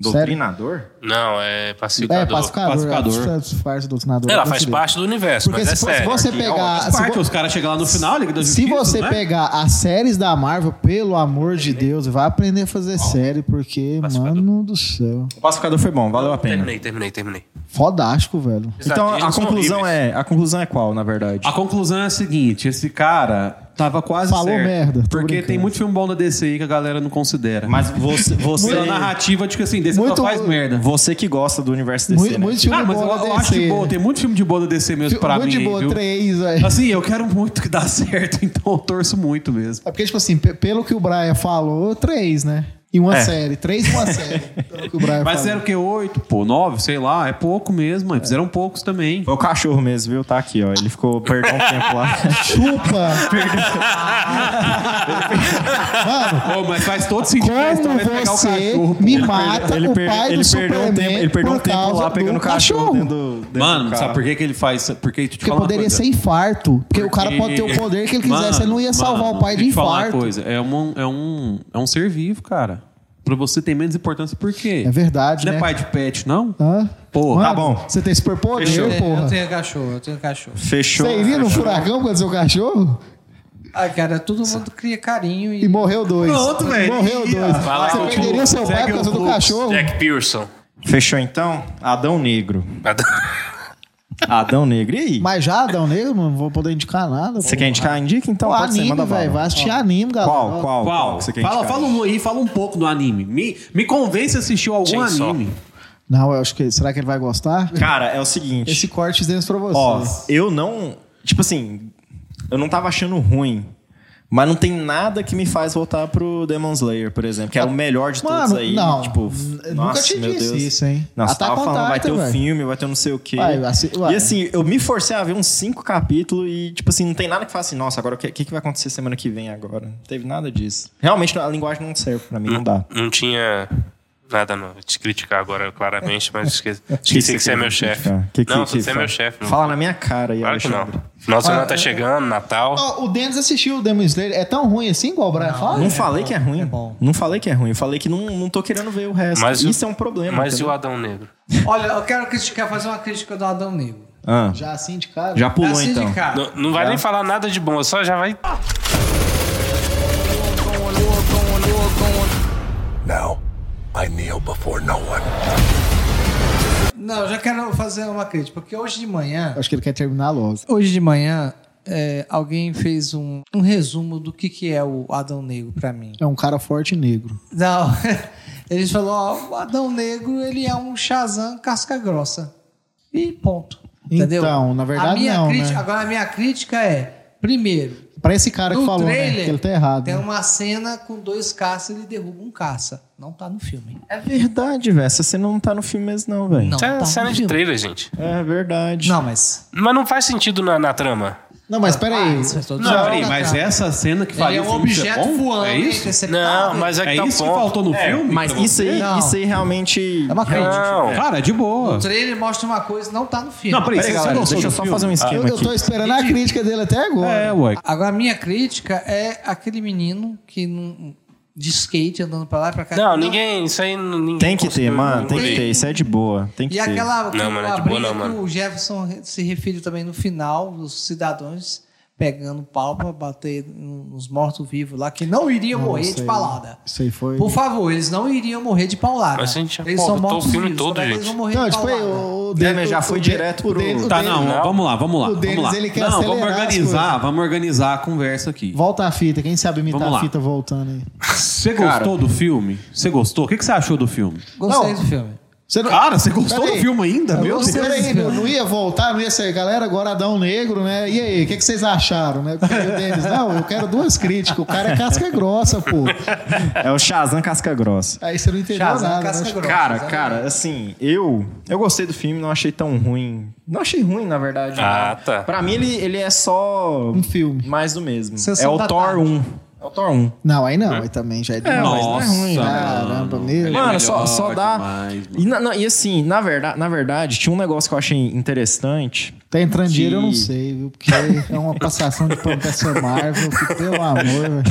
[SPEAKER 8] Sério?
[SPEAKER 5] Doutrinador?
[SPEAKER 6] não, é
[SPEAKER 8] É,
[SPEAKER 6] pacificador.
[SPEAKER 8] pacificador.
[SPEAKER 7] Pacificador.
[SPEAKER 8] Ela faz doutrinador.
[SPEAKER 6] Ela faz
[SPEAKER 8] brasileiro.
[SPEAKER 6] parte do universo,
[SPEAKER 8] Porque
[SPEAKER 6] mas
[SPEAKER 8] se
[SPEAKER 6] é
[SPEAKER 8] fosse
[SPEAKER 6] sério.
[SPEAKER 8] você pegar. Ah, se
[SPEAKER 7] Parte,
[SPEAKER 8] vo-
[SPEAKER 7] os caras chegam lá no final, Liga da
[SPEAKER 8] Se
[SPEAKER 7] Justiça,
[SPEAKER 8] você
[SPEAKER 7] né?
[SPEAKER 8] pegar as séries da Marvel, pelo amor de Deus, vai aprender a fazer série, porque,
[SPEAKER 6] Pacificador.
[SPEAKER 8] mano do céu.
[SPEAKER 5] O pacificador foi bom, valeu a pena.
[SPEAKER 6] Terminei, terminei, terminei.
[SPEAKER 8] Fodástico, velho.
[SPEAKER 5] Então
[SPEAKER 6] Eles
[SPEAKER 5] a
[SPEAKER 6] são
[SPEAKER 5] conclusão
[SPEAKER 6] horríveis.
[SPEAKER 5] é, a conclusão é qual, na verdade?
[SPEAKER 7] A conclusão é a seguinte, esse cara tava quase
[SPEAKER 8] Falou
[SPEAKER 7] certo,
[SPEAKER 8] merda, tô
[SPEAKER 7] Porque
[SPEAKER 8] brincando.
[SPEAKER 7] tem muito filme bom da DC aí que a galera não considera.
[SPEAKER 5] Mas você, você,
[SPEAKER 7] Pela narrativa de que assim, DC
[SPEAKER 8] Muito-
[SPEAKER 7] só faz merda.
[SPEAKER 5] você que gosta do universo DC,
[SPEAKER 8] Muito,
[SPEAKER 5] né?
[SPEAKER 8] muito filme
[SPEAKER 7] ah, mas eu,
[SPEAKER 8] bom
[SPEAKER 7] eu
[SPEAKER 8] da
[SPEAKER 7] acho
[SPEAKER 8] DC.
[SPEAKER 7] de boa, tem muito filme de boa da DC mesmo pra
[SPEAKER 8] Muito
[SPEAKER 7] mim,
[SPEAKER 8] de boa,
[SPEAKER 7] viu?
[SPEAKER 8] três, é. velho.
[SPEAKER 7] Assim, eu quero muito que dá certo, então eu torço muito mesmo.
[SPEAKER 8] É porque, tipo assim, pe- pelo que o Brian falou, três, né? E uma série. Três e uma série. pelo que o Brian
[SPEAKER 7] É. Mas
[SPEAKER 8] falou.
[SPEAKER 7] fizeram o que? Oito, pô, nove, sei lá, é pouco mesmo, mano. Fizeram poucos também.
[SPEAKER 5] Foi É o cachorro mesmo, viu? Tá aqui, ó. Ele ficou, perdeu um tempo lá.
[SPEAKER 8] Chupa! Mano,
[SPEAKER 7] Pô, mas faz todo sentido pra eles
[SPEAKER 8] como
[SPEAKER 7] também pegar o
[SPEAKER 8] você
[SPEAKER 7] cachorro, pô.
[SPEAKER 8] me mata
[SPEAKER 5] ele
[SPEAKER 8] o
[SPEAKER 5] per-
[SPEAKER 8] pai
[SPEAKER 5] ele perdeu
[SPEAKER 8] do Superman
[SPEAKER 5] um tempo, ele perdeu um
[SPEAKER 8] por
[SPEAKER 5] tempo
[SPEAKER 8] causa
[SPEAKER 5] lá pegando
[SPEAKER 8] do
[SPEAKER 5] o cachorro,
[SPEAKER 8] cachorro?
[SPEAKER 5] dentro do dentro do
[SPEAKER 7] Mano,
[SPEAKER 5] carro.
[SPEAKER 7] sabe por que, que ele faz? Porque,
[SPEAKER 8] Porque poderia ser infarto. Porque o cara pode ter o poder que ele quisesse, ele não ia salvar o pai de
[SPEAKER 7] deixa eu te falar uma
[SPEAKER 8] infarto.
[SPEAKER 7] coisa, é, um, é, um, é um ser vivo, cara. Pra você ter menos importância, por quê?
[SPEAKER 8] É verdade,
[SPEAKER 7] Não
[SPEAKER 8] né?
[SPEAKER 7] é pai de pet, não?
[SPEAKER 8] Hã?
[SPEAKER 7] Porra.
[SPEAKER 5] Tá bom.
[SPEAKER 8] Você tem superpoder,
[SPEAKER 5] Fechou.
[SPEAKER 9] É, Eu
[SPEAKER 8] porra.
[SPEAKER 9] tenho cachorro, eu tenho cachorro.
[SPEAKER 5] Fechou.
[SPEAKER 8] Você iria no furacão com o seu cachorro?
[SPEAKER 9] Ah, cara, todo mundo cria carinho e.
[SPEAKER 8] E morreu dois.
[SPEAKER 7] Pronto, velho.
[SPEAKER 8] Morreu
[SPEAKER 7] Ih,
[SPEAKER 8] dois.
[SPEAKER 7] fala,
[SPEAKER 8] Você
[SPEAKER 7] continua.
[SPEAKER 8] perderia seu pai
[SPEAKER 7] Segue
[SPEAKER 8] por causa
[SPEAKER 7] o
[SPEAKER 8] do
[SPEAKER 7] fluxo.
[SPEAKER 5] é,
[SPEAKER 8] cachorro?
[SPEAKER 6] Jack Pearson.
[SPEAKER 5] Fechou então? Adão Negro. Adão Negro. E aí?
[SPEAKER 8] Mas já, Adão Negro, não vou poder indicar nada.
[SPEAKER 5] Você quer indicar? Indica então,
[SPEAKER 8] o
[SPEAKER 5] pode ser,
[SPEAKER 8] anime,
[SPEAKER 5] manda
[SPEAKER 8] velho. Vai
[SPEAKER 5] bala.
[SPEAKER 8] assistir anime, galera.
[SPEAKER 5] Qual, qual, qual,
[SPEAKER 7] Qual?
[SPEAKER 5] que você quer
[SPEAKER 7] Fala,
[SPEAKER 5] indicar?
[SPEAKER 7] fala um aí, fala um pouco do anime. Me, me convence a assistir algum
[SPEAKER 6] Chainsaw.
[SPEAKER 7] anime.
[SPEAKER 8] Não, eu acho que. Será que ele vai gostar?
[SPEAKER 5] Cara, é o seguinte.
[SPEAKER 8] Esse corte fizemos pra vocês.
[SPEAKER 5] Ó, eu não. Tipo assim, eu não tava achando ruim. Mas não tem nada que me faz voltar pro Demon Slayer, por exemplo, que é o melhor de todos
[SPEAKER 8] Mano,
[SPEAKER 5] aí.
[SPEAKER 8] não.
[SPEAKER 5] Tipo,
[SPEAKER 8] Eu nunca
[SPEAKER 5] nossa,
[SPEAKER 8] te
[SPEAKER 5] meu
[SPEAKER 8] disse
[SPEAKER 5] Deus.
[SPEAKER 8] isso, hein?
[SPEAKER 5] Nossa,
[SPEAKER 8] Até
[SPEAKER 5] tava falando, vai
[SPEAKER 8] contato,
[SPEAKER 5] ter o
[SPEAKER 8] velho.
[SPEAKER 5] filme, vai ter não sei o quê.
[SPEAKER 8] Vai, assi- vai.
[SPEAKER 5] E assim, eu me forcei a ver uns cinco capítulos e, tipo assim, não tem nada que fala assim, nossa, agora o que, o que que vai acontecer semana que vem agora? Não teve nada disso. Realmente, a linguagem não serve pra mim, não dá.
[SPEAKER 6] Não tinha nada não. Vou te criticar agora, claramente, mas esqueci,
[SPEAKER 5] O que
[SPEAKER 6] esqueci que você é meu
[SPEAKER 5] quer
[SPEAKER 6] chefe.
[SPEAKER 5] criticar? Que que-
[SPEAKER 6] Não,
[SPEAKER 5] que-
[SPEAKER 6] você é meu chefe. não.
[SPEAKER 5] Fala na minha cara aí,
[SPEAKER 6] Claro que não.
[SPEAKER 5] Alexandre.
[SPEAKER 6] Final de semana tá chegando, Natal.
[SPEAKER 8] Ó, o Dennis assistiu o Demon Slayer. É tão ruim assim igual o Brian fala?
[SPEAKER 5] Não falei que é ruim.
[SPEAKER 9] É bom.
[SPEAKER 5] Não falei que é ruim. Eu falei que não, não tô querendo ver o resto.
[SPEAKER 6] Mas o-
[SPEAKER 5] Isso é um problema.
[SPEAKER 6] Mas e
[SPEAKER 5] entendeu?
[SPEAKER 6] o Adão Negro?
[SPEAKER 9] Olha, eu quero criticar, fazer uma crítica do Adão Negro.
[SPEAKER 5] Ah,
[SPEAKER 8] Já assim de cara?
[SPEAKER 5] já pulou
[SPEAKER 9] assim
[SPEAKER 5] então.
[SPEAKER 9] de cara.
[SPEAKER 6] Não, não vai nem falar nada de bom, só já vai.
[SPEAKER 3] Now, I kneel before no one.
[SPEAKER 9] Não, eu já quero fazer uma crítica, porque hoje de manhã.
[SPEAKER 8] Acho que ele quer terminar logo.
[SPEAKER 9] Hoje de manhã, é, alguém fez um, um resumo do que, que é o Adão Negro pra mim.
[SPEAKER 8] É um cara forte e negro.
[SPEAKER 9] Não, eles falou, ó, o Adão Negro, ele é um Shazam casca grossa. E ponto. Entendeu?
[SPEAKER 8] Então, na verdade,
[SPEAKER 9] A minha
[SPEAKER 8] não,
[SPEAKER 9] crítica-
[SPEAKER 8] né?
[SPEAKER 9] Agora, a minha crítica é, primeiro,
[SPEAKER 8] Pra esse cara que
[SPEAKER 9] no
[SPEAKER 8] falou, né?
[SPEAKER 9] trailer,
[SPEAKER 8] Que ele tá errado.
[SPEAKER 9] tem
[SPEAKER 8] né?
[SPEAKER 9] uma cena com dois caças, ele derruba um caça. Não tá no filme.
[SPEAKER 5] É verdade, velho. Essa cena não tá no filme mesmo, não, velho.
[SPEAKER 9] Não
[SPEAKER 6] Isso é
[SPEAKER 9] tá
[SPEAKER 6] cena
[SPEAKER 9] no
[SPEAKER 6] de
[SPEAKER 9] filme.
[SPEAKER 6] trailer, gente.
[SPEAKER 5] É verdade.
[SPEAKER 9] Não, mas...
[SPEAKER 6] Mas não faz sentido na, na trama.
[SPEAKER 8] Não, mas peraí.
[SPEAKER 9] Ah, isso faz todo
[SPEAKER 7] Não,
[SPEAKER 9] sentido.
[SPEAKER 7] peraí, mas
[SPEAKER 9] Ele
[SPEAKER 7] essa cena que faria
[SPEAKER 9] é
[SPEAKER 7] o
[SPEAKER 9] um
[SPEAKER 7] filme ser
[SPEAKER 9] objeto
[SPEAKER 7] bom?
[SPEAKER 9] voando,
[SPEAKER 7] É isso?
[SPEAKER 6] Não,
[SPEAKER 9] interceptável.
[SPEAKER 6] mas é que
[SPEAKER 7] É
[SPEAKER 6] tá o
[SPEAKER 7] isso que
[SPEAKER 6] ponto.
[SPEAKER 7] faltou no filme?
[SPEAKER 5] Mas
[SPEAKER 7] pra
[SPEAKER 5] isso aí,
[SPEAKER 9] Não.
[SPEAKER 5] isso aí realmente.
[SPEAKER 9] É uma crítica.
[SPEAKER 6] Não,
[SPEAKER 7] Cara, de boa.
[SPEAKER 9] O trailer mostra uma coisa, não tá no filme.
[SPEAKER 7] Não, peraí,
[SPEAKER 5] Peraí,
[SPEAKER 7] você
[SPEAKER 5] galera,
[SPEAKER 7] gostou
[SPEAKER 5] deixa eu
[SPEAKER 7] do
[SPEAKER 5] só
[SPEAKER 7] filme?
[SPEAKER 5] fazer um esquema
[SPEAKER 8] Eu, eu
[SPEAKER 5] aqui.
[SPEAKER 8] tô esperando a crítica dele até agora.
[SPEAKER 7] É, ué.
[SPEAKER 9] Agora, a minha crítica é aquele menino que não- de skate andando pra lá e pra cá.
[SPEAKER 6] Não, ninguém. Isso aí n- ninguém.
[SPEAKER 5] Tem que ter,
[SPEAKER 6] conseguiu
[SPEAKER 5] mano. Tem que
[SPEAKER 6] engolir.
[SPEAKER 5] ter. Isso é de boa. Tem que
[SPEAKER 9] E
[SPEAKER 5] ter.
[SPEAKER 9] aquela
[SPEAKER 6] Não, mano, é
[SPEAKER 9] a
[SPEAKER 6] de boa
[SPEAKER 9] briga
[SPEAKER 6] não, mano.
[SPEAKER 9] que o Jefferson se refere também no final, dos cidadãos pegando pau pra bater nos mortos-vivos lá, que não iriam morrer
[SPEAKER 8] isso
[SPEAKER 9] de
[SPEAKER 8] aí-
[SPEAKER 9] paulada.
[SPEAKER 8] Isso aí foi.
[SPEAKER 9] Por favor, eles não iriam morrer de paulada.
[SPEAKER 6] Mas a gente já
[SPEAKER 9] eles são
[SPEAKER 6] cortou o
[SPEAKER 9] mortos-vivos,
[SPEAKER 6] filme todo,
[SPEAKER 9] como é que eles
[SPEAKER 6] gente.
[SPEAKER 9] vão morrer
[SPEAKER 8] Não,
[SPEAKER 9] de
[SPEAKER 8] tipo, aí,
[SPEAKER 9] paulada?
[SPEAKER 8] o, o
[SPEAKER 5] É, mas já
[SPEAKER 8] o-
[SPEAKER 5] foi
[SPEAKER 8] o-
[SPEAKER 5] direto pro-
[SPEAKER 8] o Denis- o
[SPEAKER 7] Tá,
[SPEAKER 8] Denis-
[SPEAKER 7] não,
[SPEAKER 6] Não.
[SPEAKER 7] vamos lá, vamos lá.
[SPEAKER 8] O Denis,
[SPEAKER 7] vamos lá.
[SPEAKER 8] ele quer
[SPEAKER 7] não, vamos
[SPEAKER 8] acelerar as
[SPEAKER 7] organizar,
[SPEAKER 8] coisas.
[SPEAKER 7] vamos organizar a conversa aqui.
[SPEAKER 8] Volta a fita, quem sabe imitar
[SPEAKER 7] Vamos
[SPEAKER 8] a
[SPEAKER 7] lá.
[SPEAKER 8] fita voltando aí.
[SPEAKER 7] Você gostou do filme? Você gostou? O que, que você achou do filme?
[SPEAKER 9] Gostei
[SPEAKER 8] Não.
[SPEAKER 9] do filme.
[SPEAKER 8] Você não-
[SPEAKER 7] Cara, você gostou
[SPEAKER 8] Peraí.
[SPEAKER 7] do filme ainda? Meu
[SPEAKER 8] Eu
[SPEAKER 7] Deus.
[SPEAKER 8] não, peraí, meu, não ia voltar, não ia sair. Galera, agora dá um negro, né? E aí, o que, que vocês acharam, né? Porque o Denis, não, eu quero duas críticas. O cara é casca grossa, pô.
[SPEAKER 5] É o Shazam casca grossa.
[SPEAKER 8] Aí você não entendeu
[SPEAKER 9] Shazam,
[SPEAKER 8] nada.
[SPEAKER 9] casca
[SPEAKER 8] né?
[SPEAKER 9] grossa.
[SPEAKER 5] Cara,
[SPEAKER 9] Shazam.
[SPEAKER 5] cara, assim, eu eu gostei do filme, não achei tão ruim. Não achei ruim, na verdade.
[SPEAKER 6] Ah,
[SPEAKER 5] não.
[SPEAKER 6] tá.
[SPEAKER 5] Pra mim, ele, ele é só
[SPEAKER 8] Um filme.
[SPEAKER 5] mais do mesmo.
[SPEAKER 9] Sessão
[SPEAKER 5] é o
[SPEAKER 9] da
[SPEAKER 5] Thor
[SPEAKER 9] tarde.
[SPEAKER 5] 1. É o Thor 1.
[SPEAKER 8] Não, aí não, aí também já é né? demais.
[SPEAKER 7] Nossa,
[SPEAKER 8] Caramba, meu.
[SPEAKER 7] Ele é
[SPEAKER 5] Mano, só,
[SPEAKER 7] melhor
[SPEAKER 5] só dá.
[SPEAKER 7] demais, mano.
[SPEAKER 5] e, na- na- e assim, na verdade, na verdade, tinha um negócio que eu achei interessante.
[SPEAKER 8] Tá entrando dinheiro, eu não
[SPEAKER 5] Que-
[SPEAKER 8] sei, viu? Porque é uma passação de pano pra essa Marvel, que, pelo amor, velho.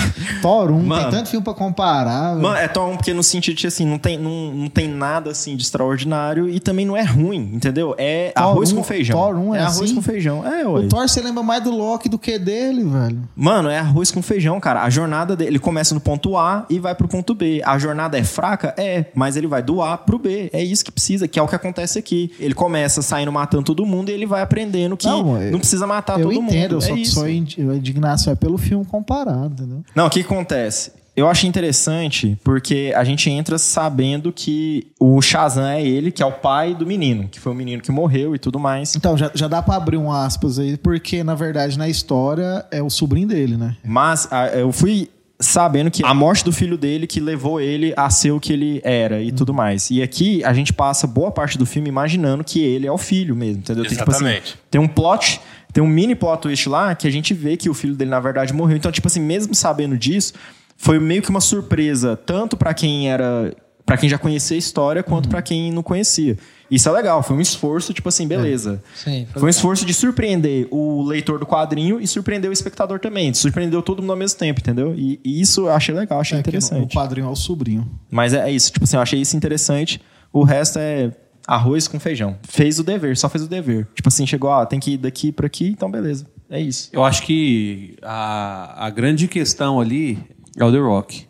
[SPEAKER 8] Thor 1,
[SPEAKER 5] Mano.
[SPEAKER 8] tem tanto filme pra comparar, velho.
[SPEAKER 5] Mano, é Thor 1 porque no sentido de assim, não tem, não, não tem nada assim de extraordinário e também não é ruim, entendeu? É
[SPEAKER 8] Thor
[SPEAKER 5] arroz
[SPEAKER 8] 1
[SPEAKER 5] com feijão.
[SPEAKER 8] Thor 1 é
[SPEAKER 5] arroz
[SPEAKER 8] assim?
[SPEAKER 5] com feijão. É, ué.
[SPEAKER 8] O Thor, você lembra mais do Loki do que dele, velho.
[SPEAKER 5] Mano, é arroz com feijão, cara. A jornada dele, ele começa no ponto A e vai pro ponto B. A jornada é fraca? É, mas ele vai do A pro B. É isso que precisa, que é o que acontece aqui. Ele começa saindo matando todo mundo e ele vai aprendendo que não,
[SPEAKER 8] Não, eu-
[SPEAKER 5] precisa matar
[SPEAKER 8] eu
[SPEAKER 5] todo mundo.
[SPEAKER 8] entendo, eu só
[SPEAKER 5] é isso.
[SPEAKER 8] sou indi- a indignação é pelo filme comparado, entendeu?
[SPEAKER 5] Não, o que que acontece? Eu acho interessante porque a gente entra sabendo que o Shazam é ele, que é o pai do menino, que foi o menino que morreu e tudo mais.
[SPEAKER 8] Então, já, já dá pra abrir um aspas aí, porque, na verdade, na história, é o sobrinho dele, né?
[SPEAKER 5] Mas a- eu fui sabendo que a morte do filho dele que levou ele a ser o que ele era e tudo mais. E aqui a gente passa boa parte do filme imaginando que ele é o filho mesmo, entendeu? Tem, tipo assim,
[SPEAKER 6] Exatamente.
[SPEAKER 5] tem um plot, tem um mini plot twist lá que a gente vê que o filho dele na verdade morreu. Então, tipo assim, mesmo sabendo disso, foi meio que uma surpresa tanto pra quem era, para quem já conhecia a história quanto pra quem não conhecia. Isso é legal, foi um esforço, tipo assim, beleza.
[SPEAKER 9] Sim,
[SPEAKER 5] Foi um esforço de surpreender o leitor do quadrinho e surpreender o espectador também. Surpreendeu todo mundo ao mesmo tempo, entendeu? E, e isso eu achei legal, achei
[SPEAKER 8] É que no-
[SPEAKER 5] interessante.
[SPEAKER 8] O quadrinho é o sobrinho.
[SPEAKER 5] Mas é, é isso, tipo assim, eu achei isso interessante. O resto é arroz com feijão. Fez o dever, só fez o dever. Tipo assim, chegou, ó, tem que ir daqui pra aqui, então beleza. É isso.
[SPEAKER 7] Eu acho que a, a grande questão ali é o The Rock.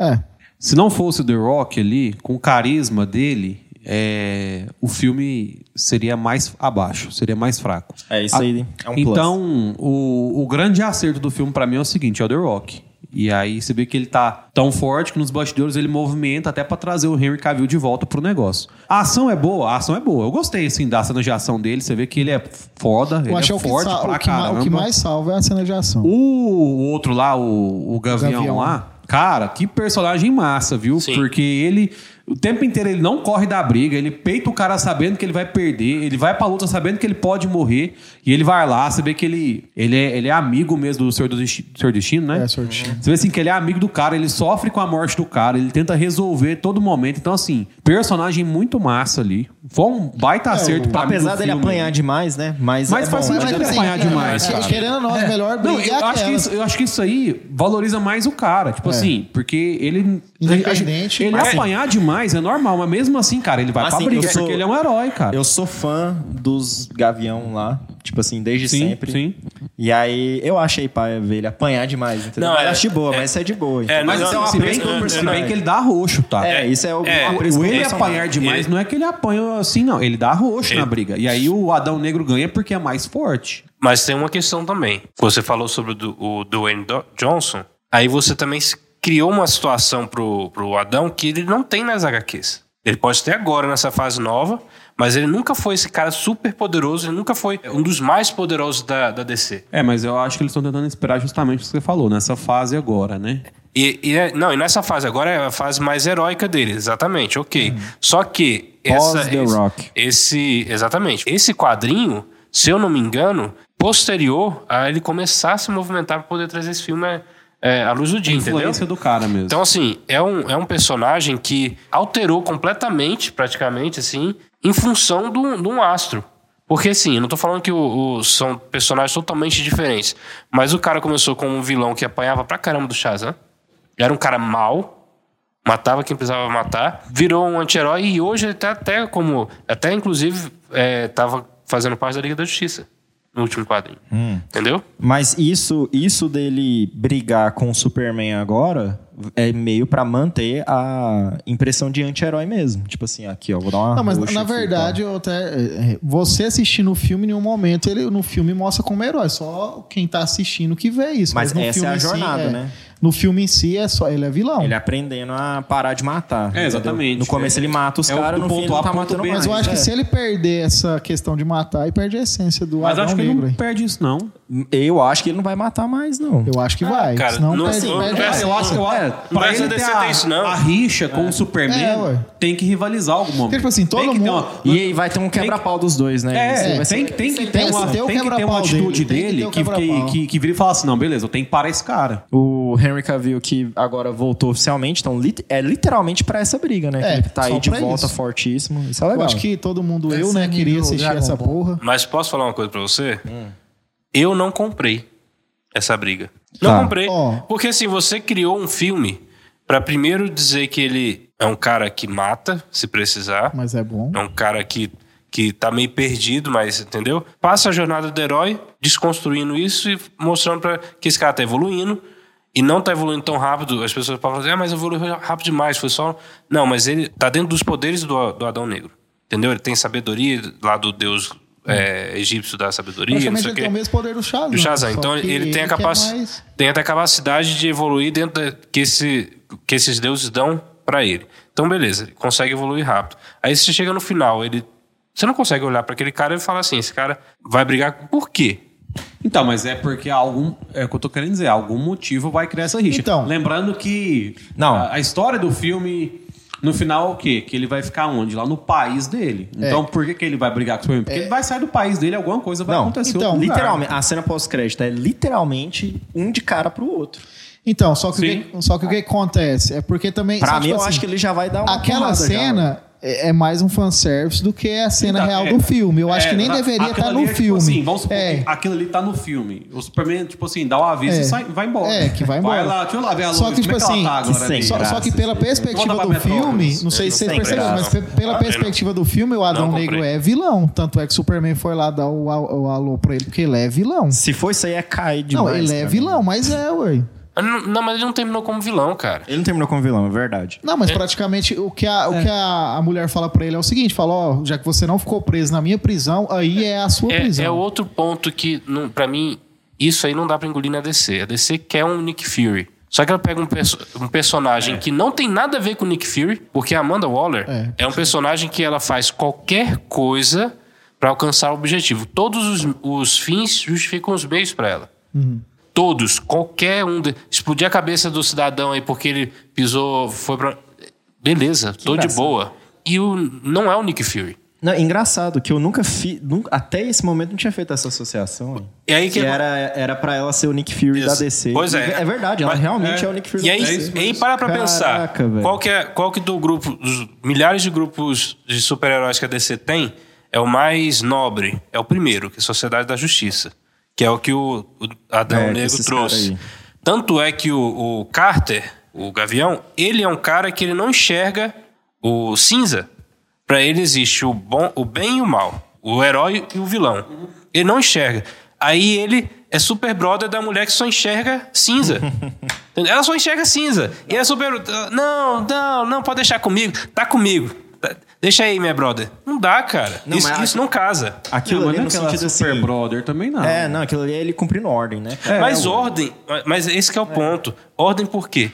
[SPEAKER 8] É,
[SPEAKER 7] Se não fosse o The Rock ali, com o carisma dele, é, o filme seria mais abaixo, seria mais fraco.
[SPEAKER 5] É isso aí, é um plus.
[SPEAKER 7] Então, o, o grande acerto do filme pra mim é o seguinte, é o The Rock. E aí você vê que ele tá tão forte que nos bastidores ele movimenta até pra trazer o Henry Cavill de volta pro negócio. A ação é boa? A ação é boa. Eu gostei, assim, da cena de ação dele. Você vê que ele é foda,
[SPEAKER 8] Eu
[SPEAKER 7] ele
[SPEAKER 8] acho
[SPEAKER 7] é
[SPEAKER 8] o que,
[SPEAKER 7] forte
[SPEAKER 8] sa-
[SPEAKER 7] pra
[SPEAKER 8] o, que ma- o
[SPEAKER 7] caramba.
[SPEAKER 8] que mais salva é a cena de ação.
[SPEAKER 7] O outro lá, o, o Gavião,
[SPEAKER 8] Gavião.
[SPEAKER 7] lá, cara, que personagem massa, viu?
[SPEAKER 6] Sim.
[SPEAKER 7] Porque ele. O tempo inteiro ele não corre da briga, ele peita o cara sabendo que ele vai perder, ele vai pra luta sabendo que ele pode morrer, e ele vai lá, você vê que ele, ele, é, ele é amigo mesmo do Senhor, do Desti- Senhor Destino, né?
[SPEAKER 8] É, Senhor Destino.
[SPEAKER 7] Você vê assim que ele é amigo do cara, ele sofre com a morte do cara, ele tenta resolver todo momento. Então, assim, personagem muito massa ali. Foi um baita
[SPEAKER 8] É,
[SPEAKER 7] acerto pra mim do
[SPEAKER 5] Apesar dele
[SPEAKER 7] filme.
[SPEAKER 5] apanhar demais, né? Mas,
[SPEAKER 7] Mas faz
[SPEAKER 5] bom.
[SPEAKER 7] sentido ele
[SPEAKER 8] assim,
[SPEAKER 7] apanhar é demais,
[SPEAKER 8] que-
[SPEAKER 7] cara.
[SPEAKER 8] Querendo ou não, a melhor
[SPEAKER 7] Não,
[SPEAKER 8] briga é
[SPEAKER 7] eu acho, que
[SPEAKER 8] aquela. É.
[SPEAKER 7] isso, eu acho que isso aí valoriza mais o cara. Tipo assim, porque ele.
[SPEAKER 8] Independente,
[SPEAKER 7] Ele
[SPEAKER 5] mas-
[SPEAKER 7] apanhar demais é normal, mas mesmo assim, cara, ele vai
[SPEAKER 5] Mas,
[SPEAKER 7] pra
[SPEAKER 5] assim,
[SPEAKER 7] briga,
[SPEAKER 5] eu sou-
[SPEAKER 7] porque ele é um herói, cara.
[SPEAKER 5] Eu sou fã dos Gavião lá, tipo assim, desde
[SPEAKER 7] Sim,
[SPEAKER 5] sempre.
[SPEAKER 7] sim.
[SPEAKER 5] E aí eu achei pai ver ele apanhar demais, entendeu?
[SPEAKER 6] Não,
[SPEAKER 5] mas
[SPEAKER 6] é-
[SPEAKER 5] eu achei boa,
[SPEAKER 6] é-
[SPEAKER 5] mas isso é de boa. entendeu?
[SPEAKER 6] mas
[SPEAKER 5] isso
[SPEAKER 6] eu-
[SPEAKER 5] uma
[SPEAKER 7] assim, se, bem,
[SPEAKER 5] pro
[SPEAKER 7] que- se
[SPEAKER 5] personagem.
[SPEAKER 7] bem que ele dá roxo, tá?
[SPEAKER 5] É, isso é o
[SPEAKER 6] É,
[SPEAKER 5] uma
[SPEAKER 7] O
[SPEAKER 5] coisa
[SPEAKER 7] ele
[SPEAKER 5] personal.
[SPEAKER 7] apanhar demais
[SPEAKER 6] Ele-
[SPEAKER 7] não é que ele apanha assim, não. Ele dá roxo na briga. E aí o Adão Negro ganha porque é mais forte.
[SPEAKER 6] Mas tem uma questão também. Você falou sobre o du- o Dwayne Do- Johnson. Aí você também se- criou uma situação pro, pro Adão que ele não tem nas HQs. Ele pode ter agora nessa fase nova, mas ele nunca foi esse cara super poderoso, ele nunca foi um dos mais poderosos da, da DC.
[SPEAKER 7] É, mas eu acho que eles estão tentando esperar justamente o que você falou, nessa fase agora, né?
[SPEAKER 6] E, e é- não, e nessa fase agora é a fase mais heróica dele, exatamente, ok. Só que essa,
[SPEAKER 7] Uhum. Pós The
[SPEAKER 6] esse,
[SPEAKER 7] Rock.
[SPEAKER 6] esse- exatamente, esse quadrinho, se eu não me engano, posterior a ele começar a se movimentar para poder trazer esse filme é, é, à luz do dia, entendeu?
[SPEAKER 7] Influência do cara mesmo.
[SPEAKER 6] Então assim é um, é um personagem que alterou completamente, praticamente assim, em função de um, de um astro. Porque assim, eu não tô falando que o- o- são personagens totalmente diferentes, mas o cara começou como um vilão que apanhava pra caramba do Shazam. Era um cara mau, matava quem precisava matar, virou um anti-herói e hoje ele tá até como. Até inclusive é, tava fazendo parte da Liga da Justiça no último quadrinho. Entendeu?
[SPEAKER 5] Mas isso, isso dele brigar com o Superman agora é meio pra manter a impressão de anti-herói mesmo. Tipo assim, aqui, ó, vou dar uma.
[SPEAKER 8] Não, mas
[SPEAKER 5] roxa
[SPEAKER 8] na
[SPEAKER 5] aqui, tá?
[SPEAKER 8] verdade, eu até, é, você assistindo o filme, em nenhum momento, ele no filme mostra como herói. Só quem tá assistindo que vê isso.
[SPEAKER 5] Mas
[SPEAKER 8] no
[SPEAKER 5] essa é
[SPEAKER 8] filme
[SPEAKER 5] a
[SPEAKER 8] em si,
[SPEAKER 5] jornada,
[SPEAKER 8] é,
[SPEAKER 5] né?
[SPEAKER 8] No filme em si, é só ele é vilão.
[SPEAKER 5] tá? Ele aprendendo a parar de matar. entendeu?
[SPEAKER 7] É, exatamente.
[SPEAKER 5] No começo ele mata os
[SPEAKER 7] É o
[SPEAKER 5] caras,
[SPEAKER 7] do
[SPEAKER 5] no fim ele
[SPEAKER 7] ponto A
[SPEAKER 5] não tá
[SPEAKER 7] pro
[SPEAKER 5] matando
[SPEAKER 7] ponto B,
[SPEAKER 5] mais.
[SPEAKER 8] Mas eu acho
[SPEAKER 5] É.
[SPEAKER 8] que se ele perder essa questão de matar, ele perde a essência do
[SPEAKER 7] mas
[SPEAKER 8] Adão
[SPEAKER 7] acho que ele
[SPEAKER 8] Negro.
[SPEAKER 7] não
[SPEAKER 8] hein?
[SPEAKER 7] perde isso, não.
[SPEAKER 5] Eu acho que ele não vai matar mais, não.
[SPEAKER 8] Eu
[SPEAKER 7] Ah,
[SPEAKER 8] acho que vai.
[SPEAKER 6] cara,
[SPEAKER 8] senão
[SPEAKER 6] não-
[SPEAKER 8] perde,
[SPEAKER 6] não-
[SPEAKER 8] perde
[SPEAKER 6] é,
[SPEAKER 8] a
[SPEAKER 7] Cara, eu
[SPEAKER 8] essência.
[SPEAKER 7] acho que eu, é, pra
[SPEAKER 6] parece
[SPEAKER 7] ele
[SPEAKER 6] que
[SPEAKER 7] ter
[SPEAKER 6] DC
[SPEAKER 7] a,
[SPEAKER 6] tem isso, não.
[SPEAKER 7] a rixa com o Superman,
[SPEAKER 8] É, ué.
[SPEAKER 7] tem que rivalizar algum momento.
[SPEAKER 8] Porque, tipo assim, todo
[SPEAKER 7] tem que ter
[SPEAKER 8] mundo-
[SPEAKER 7] uma-
[SPEAKER 5] E aí vai ter um quebra-pau dos dois, né? Isso aí
[SPEAKER 7] É,
[SPEAKER 5] vai ser-
[SPEAKER 7] tem, tem que ter
[SPEAKER 8] tem que
[SPEAKER 7] uma,
[SPEAKER 8] ter o
[SPEAKER 7] tem que ter uma
[SPEAKER 8] quebra-pau
[SPEAKER 7] atitude
[SPEAKER 8] dele, tem que
[SPEAKER 7] dele
[SPEAKER 8] ter o
[SPEAKER 7] que, que,
[SPEAKER 8] quebra-pau.
[SPEAKER 7] que, que vira e fala assim, não, beleza, eu tenho que parar esse cara.
[SPEAKER 5] O Henry Cavill, que agora voltou oficialmente, então lit- é literalmente pra essa briga, né?
[SPEAKER 8] É,
[SPEAKER 5] que ele tá aí
[SPEAKER 8] só
[SPEAKER 5] de
[SPEAKER 8] pra
[SPEAKER 5] volta
[SPEAKER 8] isso.
[SPEAKER 5] fortíssimo. Isso é legal.
[SPEAKER 8] Eu acho que todo mundo, eu, né,
[SPEAKER 9] Sangue
[SPEAKER 8] queria
[SPEAKER 9] do
[SPEAKER 8] assistir
[SPEAKER 9] Dragon
[SPEAKER 8] essa
[SPEAKER 9] Ball.
[SPEAKER 8] porra.
[SPEAKER 6] Mas posso falar uma coisa pra você? Eu não comprei essa briga. Não
[SPEAKER 5] Tá.
[SPEAKER 6] comprei.
[SPEAKER 8] Ó.
[SPEAKER 6] Porque assim, você criou um filme pra primeiro dizer que ele é um cara que mata, se precisar.
[SPEAKER 8] Mas é bom.
[SPEAKER 6] É um cara que, que tá meio perdido, mas entendeu? Passa a jornada do herói, desconstruindo isso e mostrando pra, que esse cara tá evoluindo. E não tá evoluindo tão rápido. As pessoas podem falar, ah, mas evoluiu rápido demais, foi só. um-" Não, mas ele tá dentro dos poderes do, do Adão Negro. Entendeu? Ele tem sabedoria lá do deus é, egípcio da sabedoria, não
[SPEAKER 8] Praticamente
[SPEAKER 6] sei o
[SPEAKER 8] ele
[SPEAKER 6] quê.
[SPEAKER 8] tem o mesmo poder do Shazam. né?
[SPEAKER 6] Do Shazam.
[SPEAKER 8] só
[SPEAKER 6] Então
[SPEAKER 8] que
[SPEAKER 6] ele, tem a
[SPEAKER 8] quer
[SPEAKER 6] capacidade,
[SPEAKER 8] mais-
[SPEAKER 6] tem até a capacidade de evoluir dentro da, que, esse, que esses deuses dão pra ele. Então beleza, ele consegue evoluir rápido. Aí você chega no final, ele você não consegue olhar pra aquele cara e falar assim, esse cara vai brigar por quê?
[SPEAKER 7] Então, mas é porque há algum, é o que eu tô querendo dizer, algum motivo vai criar essa rixa.
[SPEAKER 8] Então.
[SPEAKER 7] Lembrando que
[SPEAKER 5] Não.
[SPEAKER 7] A, a história do filme, no final é o quê? Que ele vai ficar onde? Lá no país dele.
[SPEAKER 8] É.
[SPEAKER 7] Então, por que, que ele vai brigar com o Superman? Porque ele vai sair do país dele, alguma coisa vai
[SPEAKER 5] Não,
[SPEAKER 7] acontecer. em
[SPEAKER 8] então,
[SPEAKER 7] outro lugar. né?
[SPEAKER 5] Literalmente, a cena pós-crédito é literalmente um de cara pro outro.
[SPEAKER 8] Então, só que, o
[SPEAKER 7] Sim.
[SPEAKER 8] que- só que o que acontece? É porque também.
[SPEAKER 5] Pra
[SPEAKER 8] só,
[SPEAKER 5] mim,
[SPEAKER 8] tipo
[SPEAKER 5] eu
[SPEAKER 8] assim,
[SPEAKER 5] acho que ele já vai dar uma
[SPEAKER 8] Aquela
[SPEAKER 5] porrada já, né?
[SPEAKER 8] cena é é mais um fanservice do que a cena
[SPEAKER 7] Então,
[SPEAKER 8] real
[SPEAKER 7] é,
[SPEAKER 8] do filme. Eu acho
[SPEAKER 7] é,
[SPEAKER 8] que nem
[SPEAKER 7] na-
[SPEAKER 8] deveria
[SPEAKER 7] aquilo
[SPEAKER 8] estar
[SPEAKER 7] ali é,
[SPEAKER 8] no
[SPEAKER 7] tipo
[SPEAKER 8] filme.
[SPEAKER 7] assim, vamos supor
[SPEAKER 8] é.
[SPEAKER 7] que aquilo ali tá no filme. O Superman, tipo assim, dá um aviso
[SPEAKER 8] É.
[SPEAKER 7] e sai, vai embora.
[SPEAKER 8] É, que vai embora.
[SPEAKER 7] lá, deixa eu lá ver a luz.
[SPEAKER 8] Só que, tipo
[SPEAKER 7] Como é
[SPEAKER 8] assim,
[SPEAKER 7] ela tá agora
[SPEAKER 5] que sem
[SPEAKER 7] ali?
[SPEAKER 8] Só, só que pela perspectiva
[SPEAKER 7] pra
[SPEAKER 8] do
[SPEAKER 7] Petrópolis.
[SPEAKER 8] filme, não sei se vocês
[SPEAKER 5] tem
[SPEAKER 8] perceberam, mas
[SPEAKER 6] graça.
[SPEAKER 8] pe- pela
[SPEAKER 6] Ah,
[SPEAKER 8] perspectiva do filme, o Adão
[SPEAKER 6] Não,
[SPEAKER 8] Negro
[SPEAKER 6] comprei.
[SPEAKER 8] é vilão. Tanto é que o Superman foi lá dar o, al- o alô pra ele, porque ele é vilão.
[SPEAKER 5] Se for isso aí, é cair demais.
[SPEAKER 8] Não, ele
[SPEAKER 5] pra
[SPEAKER 8] é
[SPEAKER 5] mim.
[SPEAKER 8] vilão, mas é, ué.
[SPEAKER 6] Ah, Não, não, mas ele não terminou como vilão, cara.
[SPEAKER 5] Ele não terminou como vilão, é verdade.
[SPEAKER 8] Não, mas praticamente o que, a, o que a, a mulher fala pra ele é o seguinte: fala, ó, já que você não ficou preso na minha prisão, aí é a sua
[SPEAKER 6] É,
[SPEAKER 8] prisão.
[SPEAKER 6] é outro ponto que, não- pra mim, isso aí não dá pra engolir na DC. A DC quer um Nick Fury. Só que ela pega um, perso- um personagem que não tem nada a ver com Nick Fury, porque a Amanda Waller
[SPEAKER 8] É.
[SPEAKER 6] é, um personagem que ela faz qualquer coisa pra alcançar o objetivo. Todos os, os fins justificam os meios pra ela.
[SPEAKER 8] Uhum.
[SPEAKER 6] Todos, qualquer um. De... Explodir a cabeça do cidadão aí porque ele pisou, foi pra. Beleza, tô de
[SPEAKER 5] engraçado.
[SPEAKER 6] boa. E o, não é o Nick Fury.
[SPEAKER 5] Não, é engraçado que eu nunca fiz. até esse momento não tinha feito essa associação. hein?
[SPEAKER 6] E aí que- é
[SPEAKER 5] era, era pra ela ser o Nick Fury
[SPEAKER 6] Isso.
[SPEAKER 5] da DC.
[SPEAKER 6] Pois é.
[SPEAKER 5] E É verdade, ela
[SPEAKER 6] Mas-
[SPEAKER 5] realmente é. o Nick Fury
[SPEAKER 6] E
[SPEAKER 5] da
[SPEAKER 6] aí,
[SPEAKER 5] DC.
[SPEAKER 6] e aí para pra pensar.
[SPEAKER 5] Caraca, velho.
[SPEAKER 6] Qual que, é, qual que do grupo, dos milhares de grupos de super-heróis que a DC tem, é o mais nobre? É o primeiro, que é a Sociedade da Justiça. Que é o que o, o Adão
[SPEAKER 5] É, que
[SPEAKER 6] Negro
[SPEAKER 5] esses caras
[SPEAKER 6] trouxe.
[SPEAKER 5] aí.
[SPEAKER 6] Tanto é que o, o Carter, o Gavião, ele é um cara que ele não enxerga o cinza. Pra ele existe o bom, o bem e o mal, o herói e o vilão. Ele não enxerga. Aí ele é super brother da mulher que só enxerga cinza. Entendeu? ela só enxerga cinza. E é super. Não, não, não, pode deixar comigo. Tá comigo. Tá- Deixa aí, minha brother. Não dá, cara.
[SPEAKER 5] Não,
[SPEAKER 6] isso
[SPEAKER 5] mas-
[SPEAKER 6] isso não casa.
[SPEAKER 5] Aquilo
[SPEAKER 7] não, mas
[SPEAKER 5] ali
[SPEAKER 7] não
[SPEAKER 5] no
[SPEAKER 7] é aquela
[SPEAKER 5] sentido
[SPEAKER 7] Super
[SPEAKER 5] assim.
[SPEAKER 7] Brother também não.
[SPEAKER 5] É, não, aquilo ali é ele cumprindo ordem, né?
[SPEAKER 8] É,
[SPEAKER 5] cara?
[SPEAKER 6] mas ordem. Mas esse que é o ponto. Ordem por quê?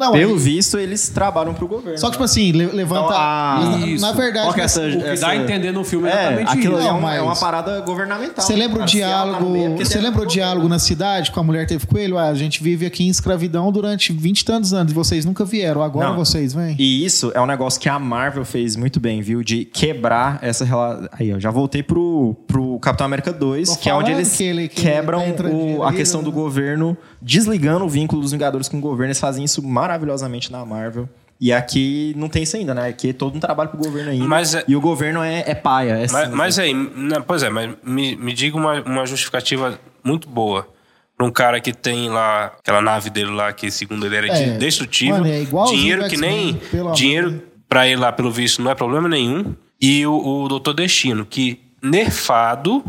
[SPEAKER 8] Não,
[SPEAKER 5] Pelo
[SPEAKER 8] aí-
[SPEAKER 5] visto, eles trabalham pro governo.
[SPEAKER 8] Só que, tipo assim, le- levanta.
[SPEAKER 5] Então, ah,
[SPEAKER 8] mas na-
[SPEAKER 7] isso.
[SPEAKER 8] na
[SPEAKER 5] Qual
[SPEAKER 8] verdade,
[SPEAKER 5] que é
[SPEAKER 8] nessa-
[SPEAKER 5] essa,
[SPEAKER 7] o que
[SPEAKER 5] essa-
[SPEAKER 7] dá a entender no filme é
[SPEAKER 5] é,
[SPEAKER 7] exatamente
[SPEAKER 5] aquilo
[SPEAKER 8] assim, isso.
[SPEAKER 5] é,
[SPEAKER 8] Não,
[SPEAKER 5] uma, é
[SPEAKER 8] mas-
[SPEAKER 5] uma parada governamental.
[SPEAKER 8] Você lembra o
[SPEAKER 5] Cara, se ela tá no
[SPEAKER 8] diálogo?
[SPEAKER 5] meio, porque
[SPEAKER 8] Você
[SPEAKER 5] tem-
[SPEAKER 8] lembra o diálogo na cidade que a mulher teve com ele? Ah, a gente vive aqui em escravidão durante 20 e tantos anos e vocês nunca vieram. Agora
[SPEAKER 5] Não.
[SPEAKER 8] vocês vêm.
[SPEAKER 5] E isso é um negócio que a Marvel fez muito bem, viu? De quebrar essa relação. Aí, ó, já voltei pro, pro Capitão América 2,
[SPEAKER 8] Tô
[SPEAKER 5] que é onde
[SPEAKER 8] falando
[SPEAKER 5] eles
[SPEAKER 8] que ele- que ele
[SPEAKER 5] quebram
[SPEAKER 8] tá entrando
[SPEAKER 5] o-
[SPEAKER 8] dinheiro
[SPEAKER 5] a
[SPEAKER 8] aí,
[SPEAKER 5] questão
[SPEAKER 8] né?
[SPEAKER 5] do governo, desligando o vínculo dos Vingadores com o governo. Eles fazem isso maravilhosamente na Marvel. E aqui não tem isso ainda, né? Aqui é todo um trabalho pro governo ainda.
[SPEAKER 6] Mas é-
[SPEAKER 5] E o governo é, é paia. É
[SPEAKER 6] Mas,
[SPEAKER 8] né?
[SPEAKER 5] cinza.
[SPEAKER 6] mas aí, não, pois é, mas me, me diga uma, uma justificativa muito boa pra um cara que tem lá aquela nave dele lá que segundo ele era
[SPEAKER 8] É,
[SPEAKER 6] de- destrutível,
[SPEAKER 8] mano, é igualzinho
[SPEAKER 6] dinheiro
[SPEAKER 8] do
[SPEAKER 6] que
[SPEAKER 8] X-Men,
[SPEAKER 6] nem
[SPEAKER 8] pelo amor de
[SPEAKER 6] dinheiro pra ele lá pelo visto não é problema nenhum e o, o Dr. Destino que nerfado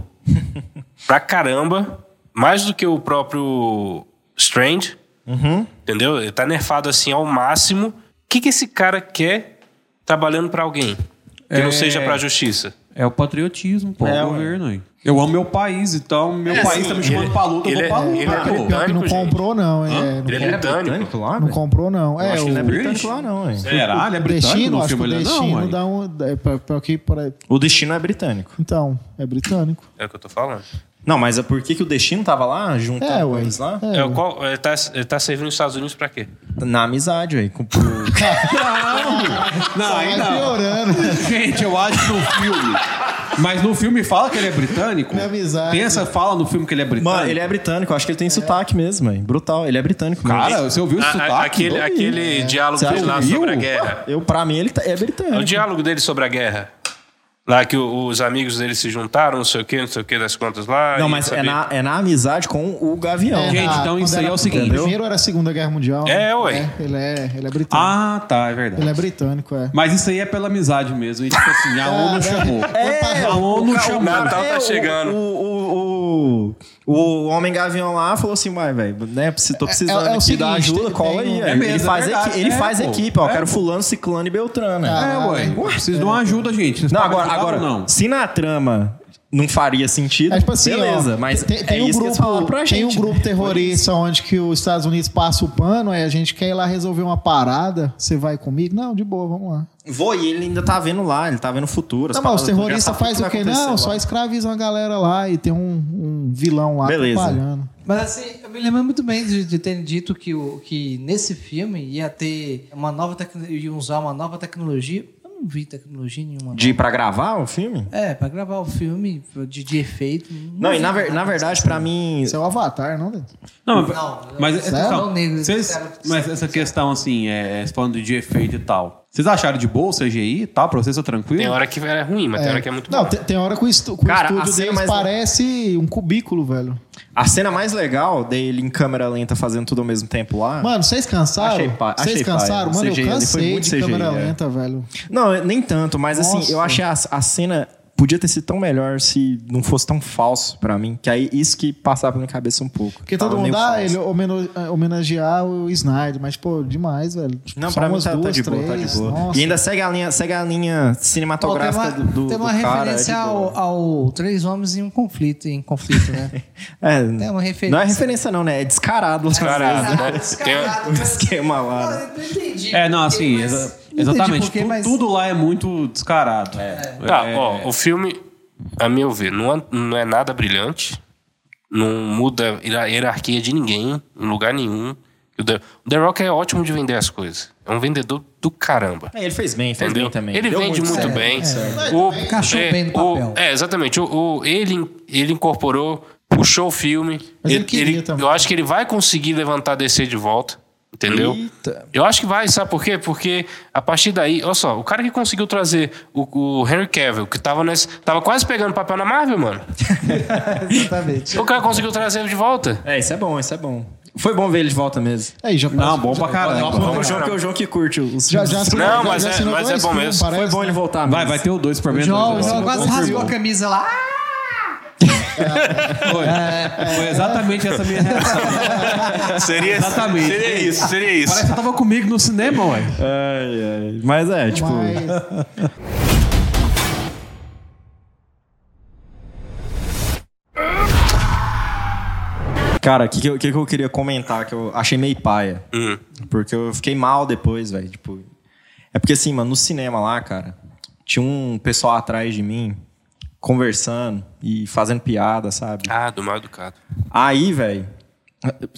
[SPEAKER 6] pra caramba, mais do que o próprio Strange,
[SPEAKER 8] Uhum.
[SPEAKER 6] entendeu? Ele tá nerfado assim ao máximo. O que que esse cara quer trabalhando pra alguém? Que não
[SPEAKER 7] É.
[SPEAKER 6] seja pra justiça.
[SPEAKER 7] É o patriotismo, pô,
[SPEAKER 5] É,
[SPEAKER 7] o
[SPEAKER 5] ué.
[SPEAKER 7] governo aí. Eu amo meu país, então meu país tá me chamando pra luta,
[SPEAKER 6] ele
[SPEAKER 7] eu vou pra
[SPEAKER 6] é-
[SPEAKER 7] luta,
[SPEAKER 6] ele é-
[SPEAKER 7] pô.
[SPEAKER 6] ele
[SPEAKER 8] Pior que não
[SPEAKER 6] britânico, gente.
[SPEAKER 8] comprou, não. É, não,
[SPEAKER 6] Ele é britânico.
[SPEAKER 5] lá,
[SPEAKER 8] não
[SPEAKER 5] velho?
[SPEAKER 8] comprou, não. É,
[SPEAKER 5] Acho que
[SPEAKER 8] o
[SPEAKER 5] não é britânico
[SPEAKER 7] Ixi.
[SPEAKER 5] lá, não, hein?
[SPEAKER 7] Será? Ele é
[SPEAKER 8] o
[SPEAKER 7] britânico
[SPEAKER 8] destino,
[SPEAKER 7] no
[SPEAKER 8] acho que
[SPEAKER 7] filme?
[SPEAKER 8] o
[SPEAKER 7] Ele é-
[SPEAKER 8] destino
[SPEAKER 7] não,
[SPEAKER 8] dá um. É, pra, pra que, pra-
[SPEAKER 5] O destino é britânico.
[SPEAKER 8] então, é britânico.
[SPEAKER 6] É o que eu tô falando.
[SPEAKER 5] Não, mas é por que, que o destino tava lá, junto
[SPEAKER 8] É,
[SPEAKER 5] tá com
[SPEAKER 8] ué.
[SPEAKER 5] eles lá?
[SPEAKER 8] É,
[SPEAKER 6] É, o qual, ele, tá, ele tá servindo os Estados Unidos pra quê?
[SPEAKER 5] Na amizade, aí. Com, pro-
[SPEAKER 7] Ah, tá Não,
[SPEAKER 8] Vai
[SPEAKER 7] ainda.
[SPEAKER 8] Tá piorando.
[SPEAKER 7] Gente, eu acho que no filme. Mas no filme fala que ele é britânico?
[SPEAKER 8] Minha amizade.
[SPEAKER 7] Tem essa fala no filme que ele é britânico?
[SPEAKER 5] Mano, ele é britânico, eu acho que ele tem sotaque mesmo, velho. Brutal, ele é britânico. mesmo.
[SPEAKER 7] Cara, você ouviu o
[SPEAKER 6] A- a-
[SPEAKER 7] sotaque?
[SPEAKER 6] aquele
[SPEAKER 7] Não,
[SPEAKER 6] aquele diálogo
[SPEAKER 5] Você
[SPEAKER 6] dele lá
[SPEAKER 7] ouviu?
[SPEAKER 6] sobre a guerra.
[SPEAKER 5] eu, pra mim, ele tá- é
[SPEAKER 6] O
[SPEAKER 5] britânico.
[SPEAKER 6] diálogo dele sobre a guerra. Lá que o- os amigos dele se juntaram, não sei o quê, não sei o quê das contas lá.
[SPEAKER 5] Não,
[SPEAKER 6] e
[SPEAKER 5] mas é
[SPEAKER 6] saber-
[SPEAKER 5] na, é na amizade com o Gavião.
[SPEAKER 8] É,
[SPEAKER 7] Gente,
[SPEAKER 8] na-
[SPEAKER 7] então isso
[SPEAKER 8] quando
[SPEAKER 7] aí é
[SPEAKER 8] era-
[SPEAKER 7] o seguinte.
[SPEAKER 8] Primeiro era a Segunda Guerra Mundial.
[SPEAKER 6] É,
[SPEAKER 8] né?
[SPEAKER 6] ué.
[SPEAKER 8] Ele é, ele é britânico.
[SPEAKER 7] Ah, tá, é verdade.
[SPEAKER 8] Ele é britânico, é.
[SPEAKER 7] Mas isso aí é pela amizade mesmo. E tipo assim,
[SPEAKER 9] Ah,
[SPEAKER 7] a
[SPEAKER 9] né?
[SPEAKER 7] ONU chamou.
[SPEAKER 5] É,
[SPEAKER 7] a ONU chamou.
[SPEAKER 6] Natal tá
[SPEAKER 5] o-
[SPEAKER 6] chegando.
[SPEAKER 5] O, o, o, o Homem Gavião lá falou assim: vai, velho, né? preciso- Tô precisando
[SPEAKER 8] é o
[SPEAKER 5] aqui da
[SPEAKER 8] seguinte,
[SPEAKER 5] ajuda,
[SPEAKER 8] tem-
[SPEAKER 5] cola
[SPEAKER 8] tem
[SPEAKER 5] aí.
[SPEAKER 8] um-
[SPEAKER 5] velho.
[SPEAKER 7] É mesmo,
[SPEAKER 5] ele faz,
[SPEAKER 7] é verdade,
[SPEAKER 5] equipe, ele
[SPEAKER 7] é,
[SPEAKER 5] faz
[SPEAKER 7] pô.
[SPEAKER 5] equipe, ó.
[SPEAKER 7] É,
[SPEAKER 5] quero
[SPEAKER 7] pô.
[SPEAKER 5] Fulano, Ciclano e Beltrano.
[SPEAKER 8] Ah,
[SPEAKER 5] né?
[SPEAKER 7] É, ué. Preciso de uma ajuda, gente. Vocês
[SPEAKER 5] Não,
[SPEAKER 7] podem
[SPEAKER 5] agora,
[SPEAKER 7] ajudar ou
[SPEAKER 5] agora
[SPEAKER 7] não.
[SPEAKER 5] se na trama não faria sentido,
[SPEAKER 8] É tipo assim,
[SPEAKER 5] beleza,
[SPEAKER 8] ó,
[SPEAKER 5] mas
[SPEAKER 8] tem, tem
[SPEAKER 5] é
[SPEAKER 8] um
[SPEAKER 5] isso que
[SPEAKER 8] grupo,
[SPEAKER 5] eles falaram pra gente.
[SPEAKER 8] tem um grupo
[SPEAKER 5] né?
[SPEAKER 8] terrorista onde que os Estados Unidos passa o pano, aí a gente quer ir lá resolver uma parada, você vai comigo? Não, de boa, vamos lá.
[SPEAKER 5] Vou, e ele ainda tá vendo lá, ele tá vendo o futuro. as
[SPEAKER 8] não, mas
[SPEAKER 5] paradas,
[SPEAKER 8] os
[SPEAKER 5] já
[SPEAKER 8] terroristas
[SPEAKER 5] sabe
[SPEAKER 8] fazem o
[SPEAKER 5] que
[SPEAKER 8] quê?
[SPEAKER 5] vai
[SPEAKER 8] Não,
[SPEAKER 5] acontecer
[SPEAKER 8] só
[SPEAKER 5] lá.
[SPEAKER 8] escravizam a galera lá e tem um, um vilão lá
[SPEAKER 5] Beleza.
[SPEAKER 8] atrapalhando.
[SPEAKER 9] Mas assim, eu me lembro muito bem de, de terem dito que, o, que nesse filme ia ter uma nova tecnologia, ia usar uma nova tecnologia. Eu não vi tecnologia nenhuma. não.
[SPEAKER 5] De ir pra gravar o filme?
[SPEAKER 9] É, pra gravar o filme de, de efeito.
[SPEAKER 5] Não, e
[SPEAKER 9] vi
[SPEAKER 5] na, ver-
[SPEAKER 9] nada.
[SPEAKER 5] na verdade, pra mim.
[SPEAKER 8] Isso é o Avatar, não? Dentro?
[SPEAKER 7] Não, mas-
[SPEAKER 9] Não, né?
[SPEAKER 7] mas,
[SPEAKER 9] não,
[SPEAKER 7] essa
[SPEAKER 9] não,
[SPEAKER 7] questão-
[SPEAKER 9] não, negro,
[SPEAKER 7] vocês-
[SPEAKER 9] sério.
[SPEAKER 7] mas essa questão, assim, é, é, falando de efeito e tal. Vocês acharam de boa o CGI e tal? Pra vocês, é tranquilo?
[SPEAKER 6] Tem hora que é ruim, mas tem hora que é muito
[SPEAKER 8] Não,
[SPEAKER 6] bom.
[SPEAKER 8] tem, tem hora que o, estu, que o
[SPEAKER 5] Cara, a
[SPEAKER 8] estúdio
[SPEAKER 5] cena
[SPEAKER 8] deles
[SPEAKER 5] mais-
[SPEAKER 8] parece um cubículo, velho.
[SPEAKER 5] A cena mais legal dele em câmera lenta fazendo tudo ao mesmo tempo lá.
[SPEAKER 8] Mano, vocês
[SPEAKER 5] Ah. Achei
[SPEAKER 8] cansaram?
[SPEAKER 5] pa-
[SPEAKER 8] Vocês
[SPEAKER 5] achei paia.
[SPEAKER 8] cansaram? Mano,
[SPEAKER 5] CGI ali
[SPEAKER 8] eu
[SPEAKER 5] foi
[SPEAKER 8] cansei
[SPEAKER 5] muito
[SPEAKER 8] de
[SPEAKER 5] CGI,
[SPEAKER 8] câmera
[SPEAKER 5] é.
[SPEAKER 8] lenta, velho.
[SPEAKER 5] Não, nem tanto, mas assim,
[SPEAKER 8] Nossa.
[SPEAKER 5] eu achei a, a cena podia ter sido tão melhor se não fosse tão falso pra mim. Que aí isso que passava na minha cabeça um pouco.
[SPEAKER 8] Porque
[SPEAKER 5] Tava
[SPEAKER 8] todo mundo
[SPEAKER 5] meio
[SPEAKER 8] dá
[SPEAKER 5] falso.
[SPEAKER 8] ele homeno- eh, homenagear o Snyder, mas, pô, demais, velho. Tipo,
[SPEAKER 5] Não,
[SPEAKER 8] só
[SPEAKER 5] pra mim
[SPEAKER 8] umas
[SPEAKER 5] tá, tá
[SPEAKER 8] duas,
[SPEAKER 5] de boa, tá de
[SPEAKER 8] três,
[SPEAKER 5] boa.
[SPEAKER 8] nossa.
[SPEAKER 5] E ainda segue a linha, segue a linha
[SPEAKER 9] Ó, tem
[SPEAKER 5] cinematográfica
[SPEAKER 9] uma,
[SPEAKER 5] do, do,
[SPEAKER 9] tem uma
[SPEAKER 5] do cara, é de
[SPEAKER 9] referência
[SPEAKER 5] boa.
[SPEAKER 9] ao, ao Três Homens em um Conflito, em conflito, né?
[SPEAKER 5] É,
[SPEAKER 9] Tem uma referência.
[SPEAKER 5] Não é referência, não, né? É descarado. lá.
[SPEAKER 6] Descarado, né?
[SPEAKER 9] Descarado.
[SPEAKER 5] Do esquema lá. né?
[SPEAKER 9] Não, eu entendi.
[SPEAKER 7] É, não, assim,
[SPEAKER 9] Mas-
[SPEAKER 7] exa-
[SPEAKER 9] entendi
[SPEAKER 7] exatamente.
[SPEAKER 9] por quê,
[SPEAKER 7] Tu-
[SPEAKER 9] mas-
[SPEAKER 7] Tudo lá é muito descarado. É.
[SPEAKER 6] Tá, ó, o filme, a meu ver, não é, não é nada brilhante. Não muda a hierarquia de ninguém, em lugar nenhum. O The, o The Rock é ótimo de vender as coisas. É um vendedor do caramba.
[SPEAKER 5] É, ele fez bem, fez
[SPEAKER 6] Entendeu?
[SPEAKER 5] bem também.
[SPEAKER 6] Ele
[SPEAKER 5] Deu
[SPEAKER 6] vende muito,
[SPEAKER 5] certo.
[SPEAKER 6] bem. O,
[SPEAKER 9] Encaixou bem no
[SPEAKER 6] o-
[SPEAKER 9] papel.
[SPEAKER 6] é, exatamente. O, o- ele, ele incorporou, puxou o filme.
[SPEAKER 8] Mas ele queria também.
[SPEAKER 6] eu acho que ele vai conseguir levantar a DC de volta. Entendeu?
[SPEAKER 5] Eita.
[SPEAKER 6] Eu acho que vai, sabe por quê? Porque a partir daí, olha só, o cara que conseguiu trazer o, o Henry Cavill, que tava, nesse, tava quase pegando papel na Marvel, mano.
[SPEAKER 8] tá
[SPEAKER 9] Exatamente.
[SPEAKER 6] O cara conseguiu trazer ele de volta.
[SPEAKER 5] É, isso é bom, isso é bom. Foi bom ver ele de volta mesmo.
[SPEAKER 8] Aí, já
[SPEAKER 7] Não,
[SPEAKER 8] passou-
[SPEAKER 7] bom pra caralho.
[SPEAKER 5] o João, que é o João que curte os
[SPEAKER 8] Já, já assinou-
[SPEAKER 6] Não,
[SPEAKER 8] já-
[SPEAKER 6] mas
[SPEAKER 8] já
[SPEAKER 6] é-
[SPEAKER 8] assinou
[SPEAKER 6] mas é
[SPEAKER 8] dois
[SPEAKER 6] bom
[SPEAKER 8] filmes,
[SPEAKER 6] mesmo.
[SPEAKER 8] parece,
[SPEAKER 5] Foi bom
[SPEAKER 8] né?
[SPEAKER 5] ele voltar
[SPEAKER 7] Vai,
[SPEAKER 5] mesmo.
[SPEAKER 7] vai ter o 2 pra mim.
[SPEAKER 9] João,
[SPEAKER 7] dois
[SPEAKER 9] João
[SPEAKER 7] agora.
[SPEAKER 9] quase rasgou a camisa lá.
[SPEAKER 7] Foi. Foi exatamente essa minha reação.
[SPEAKER 6] Seria,
[SPEAKER 7] Exatamente.
[SPEAKER 6] isso, seria isso.
[SPEAKER 7] Parece que você tava comigo no cinema, ué.
[SPEAKER 5] Ai, ai. Mas é, tipo...
[SPEAKER 8] Mas-
[SPEAKER 5] Cara, o que, que, eu- que que eu queria comentar que eu achei meio paia? Porque eu fiquei mal depois, velho. Tipo, é porque assim, mano, no cinema lá, cara, tinha um pessoal atrás de mim conversando e fazendo piada, sabe?
[SPEAKER 6] Ah, do mal educado.
[SPEAKER 5] Aí, velho.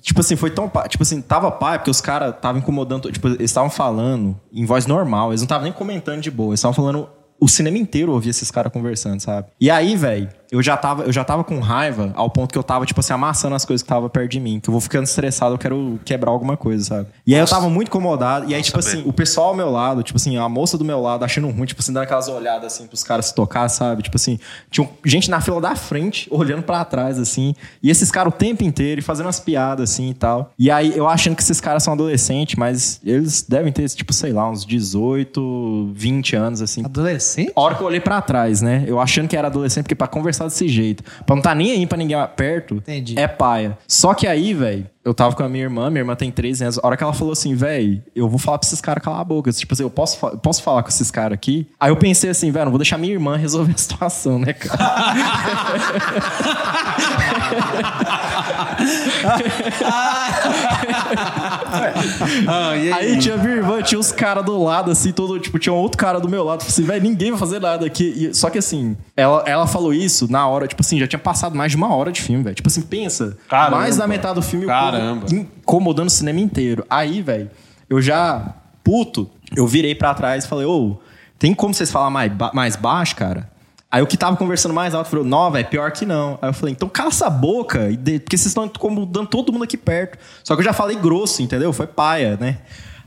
[SPEAKER 5] Tipo assim, foi tão. pa- Tipo assim, tava pai, porque os caras estavam incomodando. Tipo, eles estavam falando em voz normal, eles não estavam nem comentando de boa, eles estavam falando. O cinema inteiro ouvia esses caras conversando, sabe? E aí, velho, eu já tava, eu já tava com raiva ao ponto que eu tava, tipo assim, amassando as coisas que tava perto de mim. Que eu vou ficando estressado, eu quero quebrar alguma coisa, sabe? E aí eu tava muito incomodado. E aí, tipo assim, o pessoal ao meu lado, tipo assim, a moça do meu lado achando ruim, tipo assim, dando aquelas olhadas assim pros caras se tocar, sabe? Tipo assim, tinha gente na fila da frente, olhando pra trás, assim, e esses caras o tempo inteiro e fazendo as piadas assim e tal. E aí eu achando que esses caras são adolescentes, mas eles devem ter, tipo, sei lá, uns 18, 20 anos, assim.
[SPEAKER 9] Adolescente?
[SPEAKER 5] A hora que eu olhei pra trás, né? Eu achando que era adolescente, porque pra conversar desse jeito, pra não tá nem aí pra ninguém perto,
[SPEAKER 9] Entendi.
[SPEAKER 5] é paia. Só que aí, velho, eu tava com a minha irmã, minha irmã tem 13 anos. A hora que ela falou assim, velho, eu vou falar pra esses caras calar a boca. Tipo assim, eu posso, fa- eu posso falar com esses caras aqui? Aí eu pensei assim, velho, não vou deixar minha irmã resolver a situação, né, cara?
[SPEAKER 7] Ah,
[SPEAKER 5] aí tinha minha irmã, tinha os caras do lado, assim, todo, tipo, tinha um outro cara do meu lado. Tipo assim, velho, ninguém vai fazer nada aqui. E- só que assim, ela, ela falou isso na hora, tipo assim, já tinha passado mais de uma hora de filme, velho. Tipo assim, pensa,
[SPEAKER 7] Caramba.
[SPEAKER 5] mais da metade do filme o
[SPEAKER 7] Caramba.
[SPEAKER 5] povo incomodando o cinema inteiro. Aí, velho, eu já puto, eu virei pra trás e falei, ô, tem como vocês falar mais, ba- mais baixo, cara? Aí o que tava conversando mais alto falou, não, velho, pior que não. Aí eu falei, então cala essa boca, e de- porque vocês estão incomodando todo mundo aqui perto. Só que eu já falei grosso, entendeu? Foi paia, né?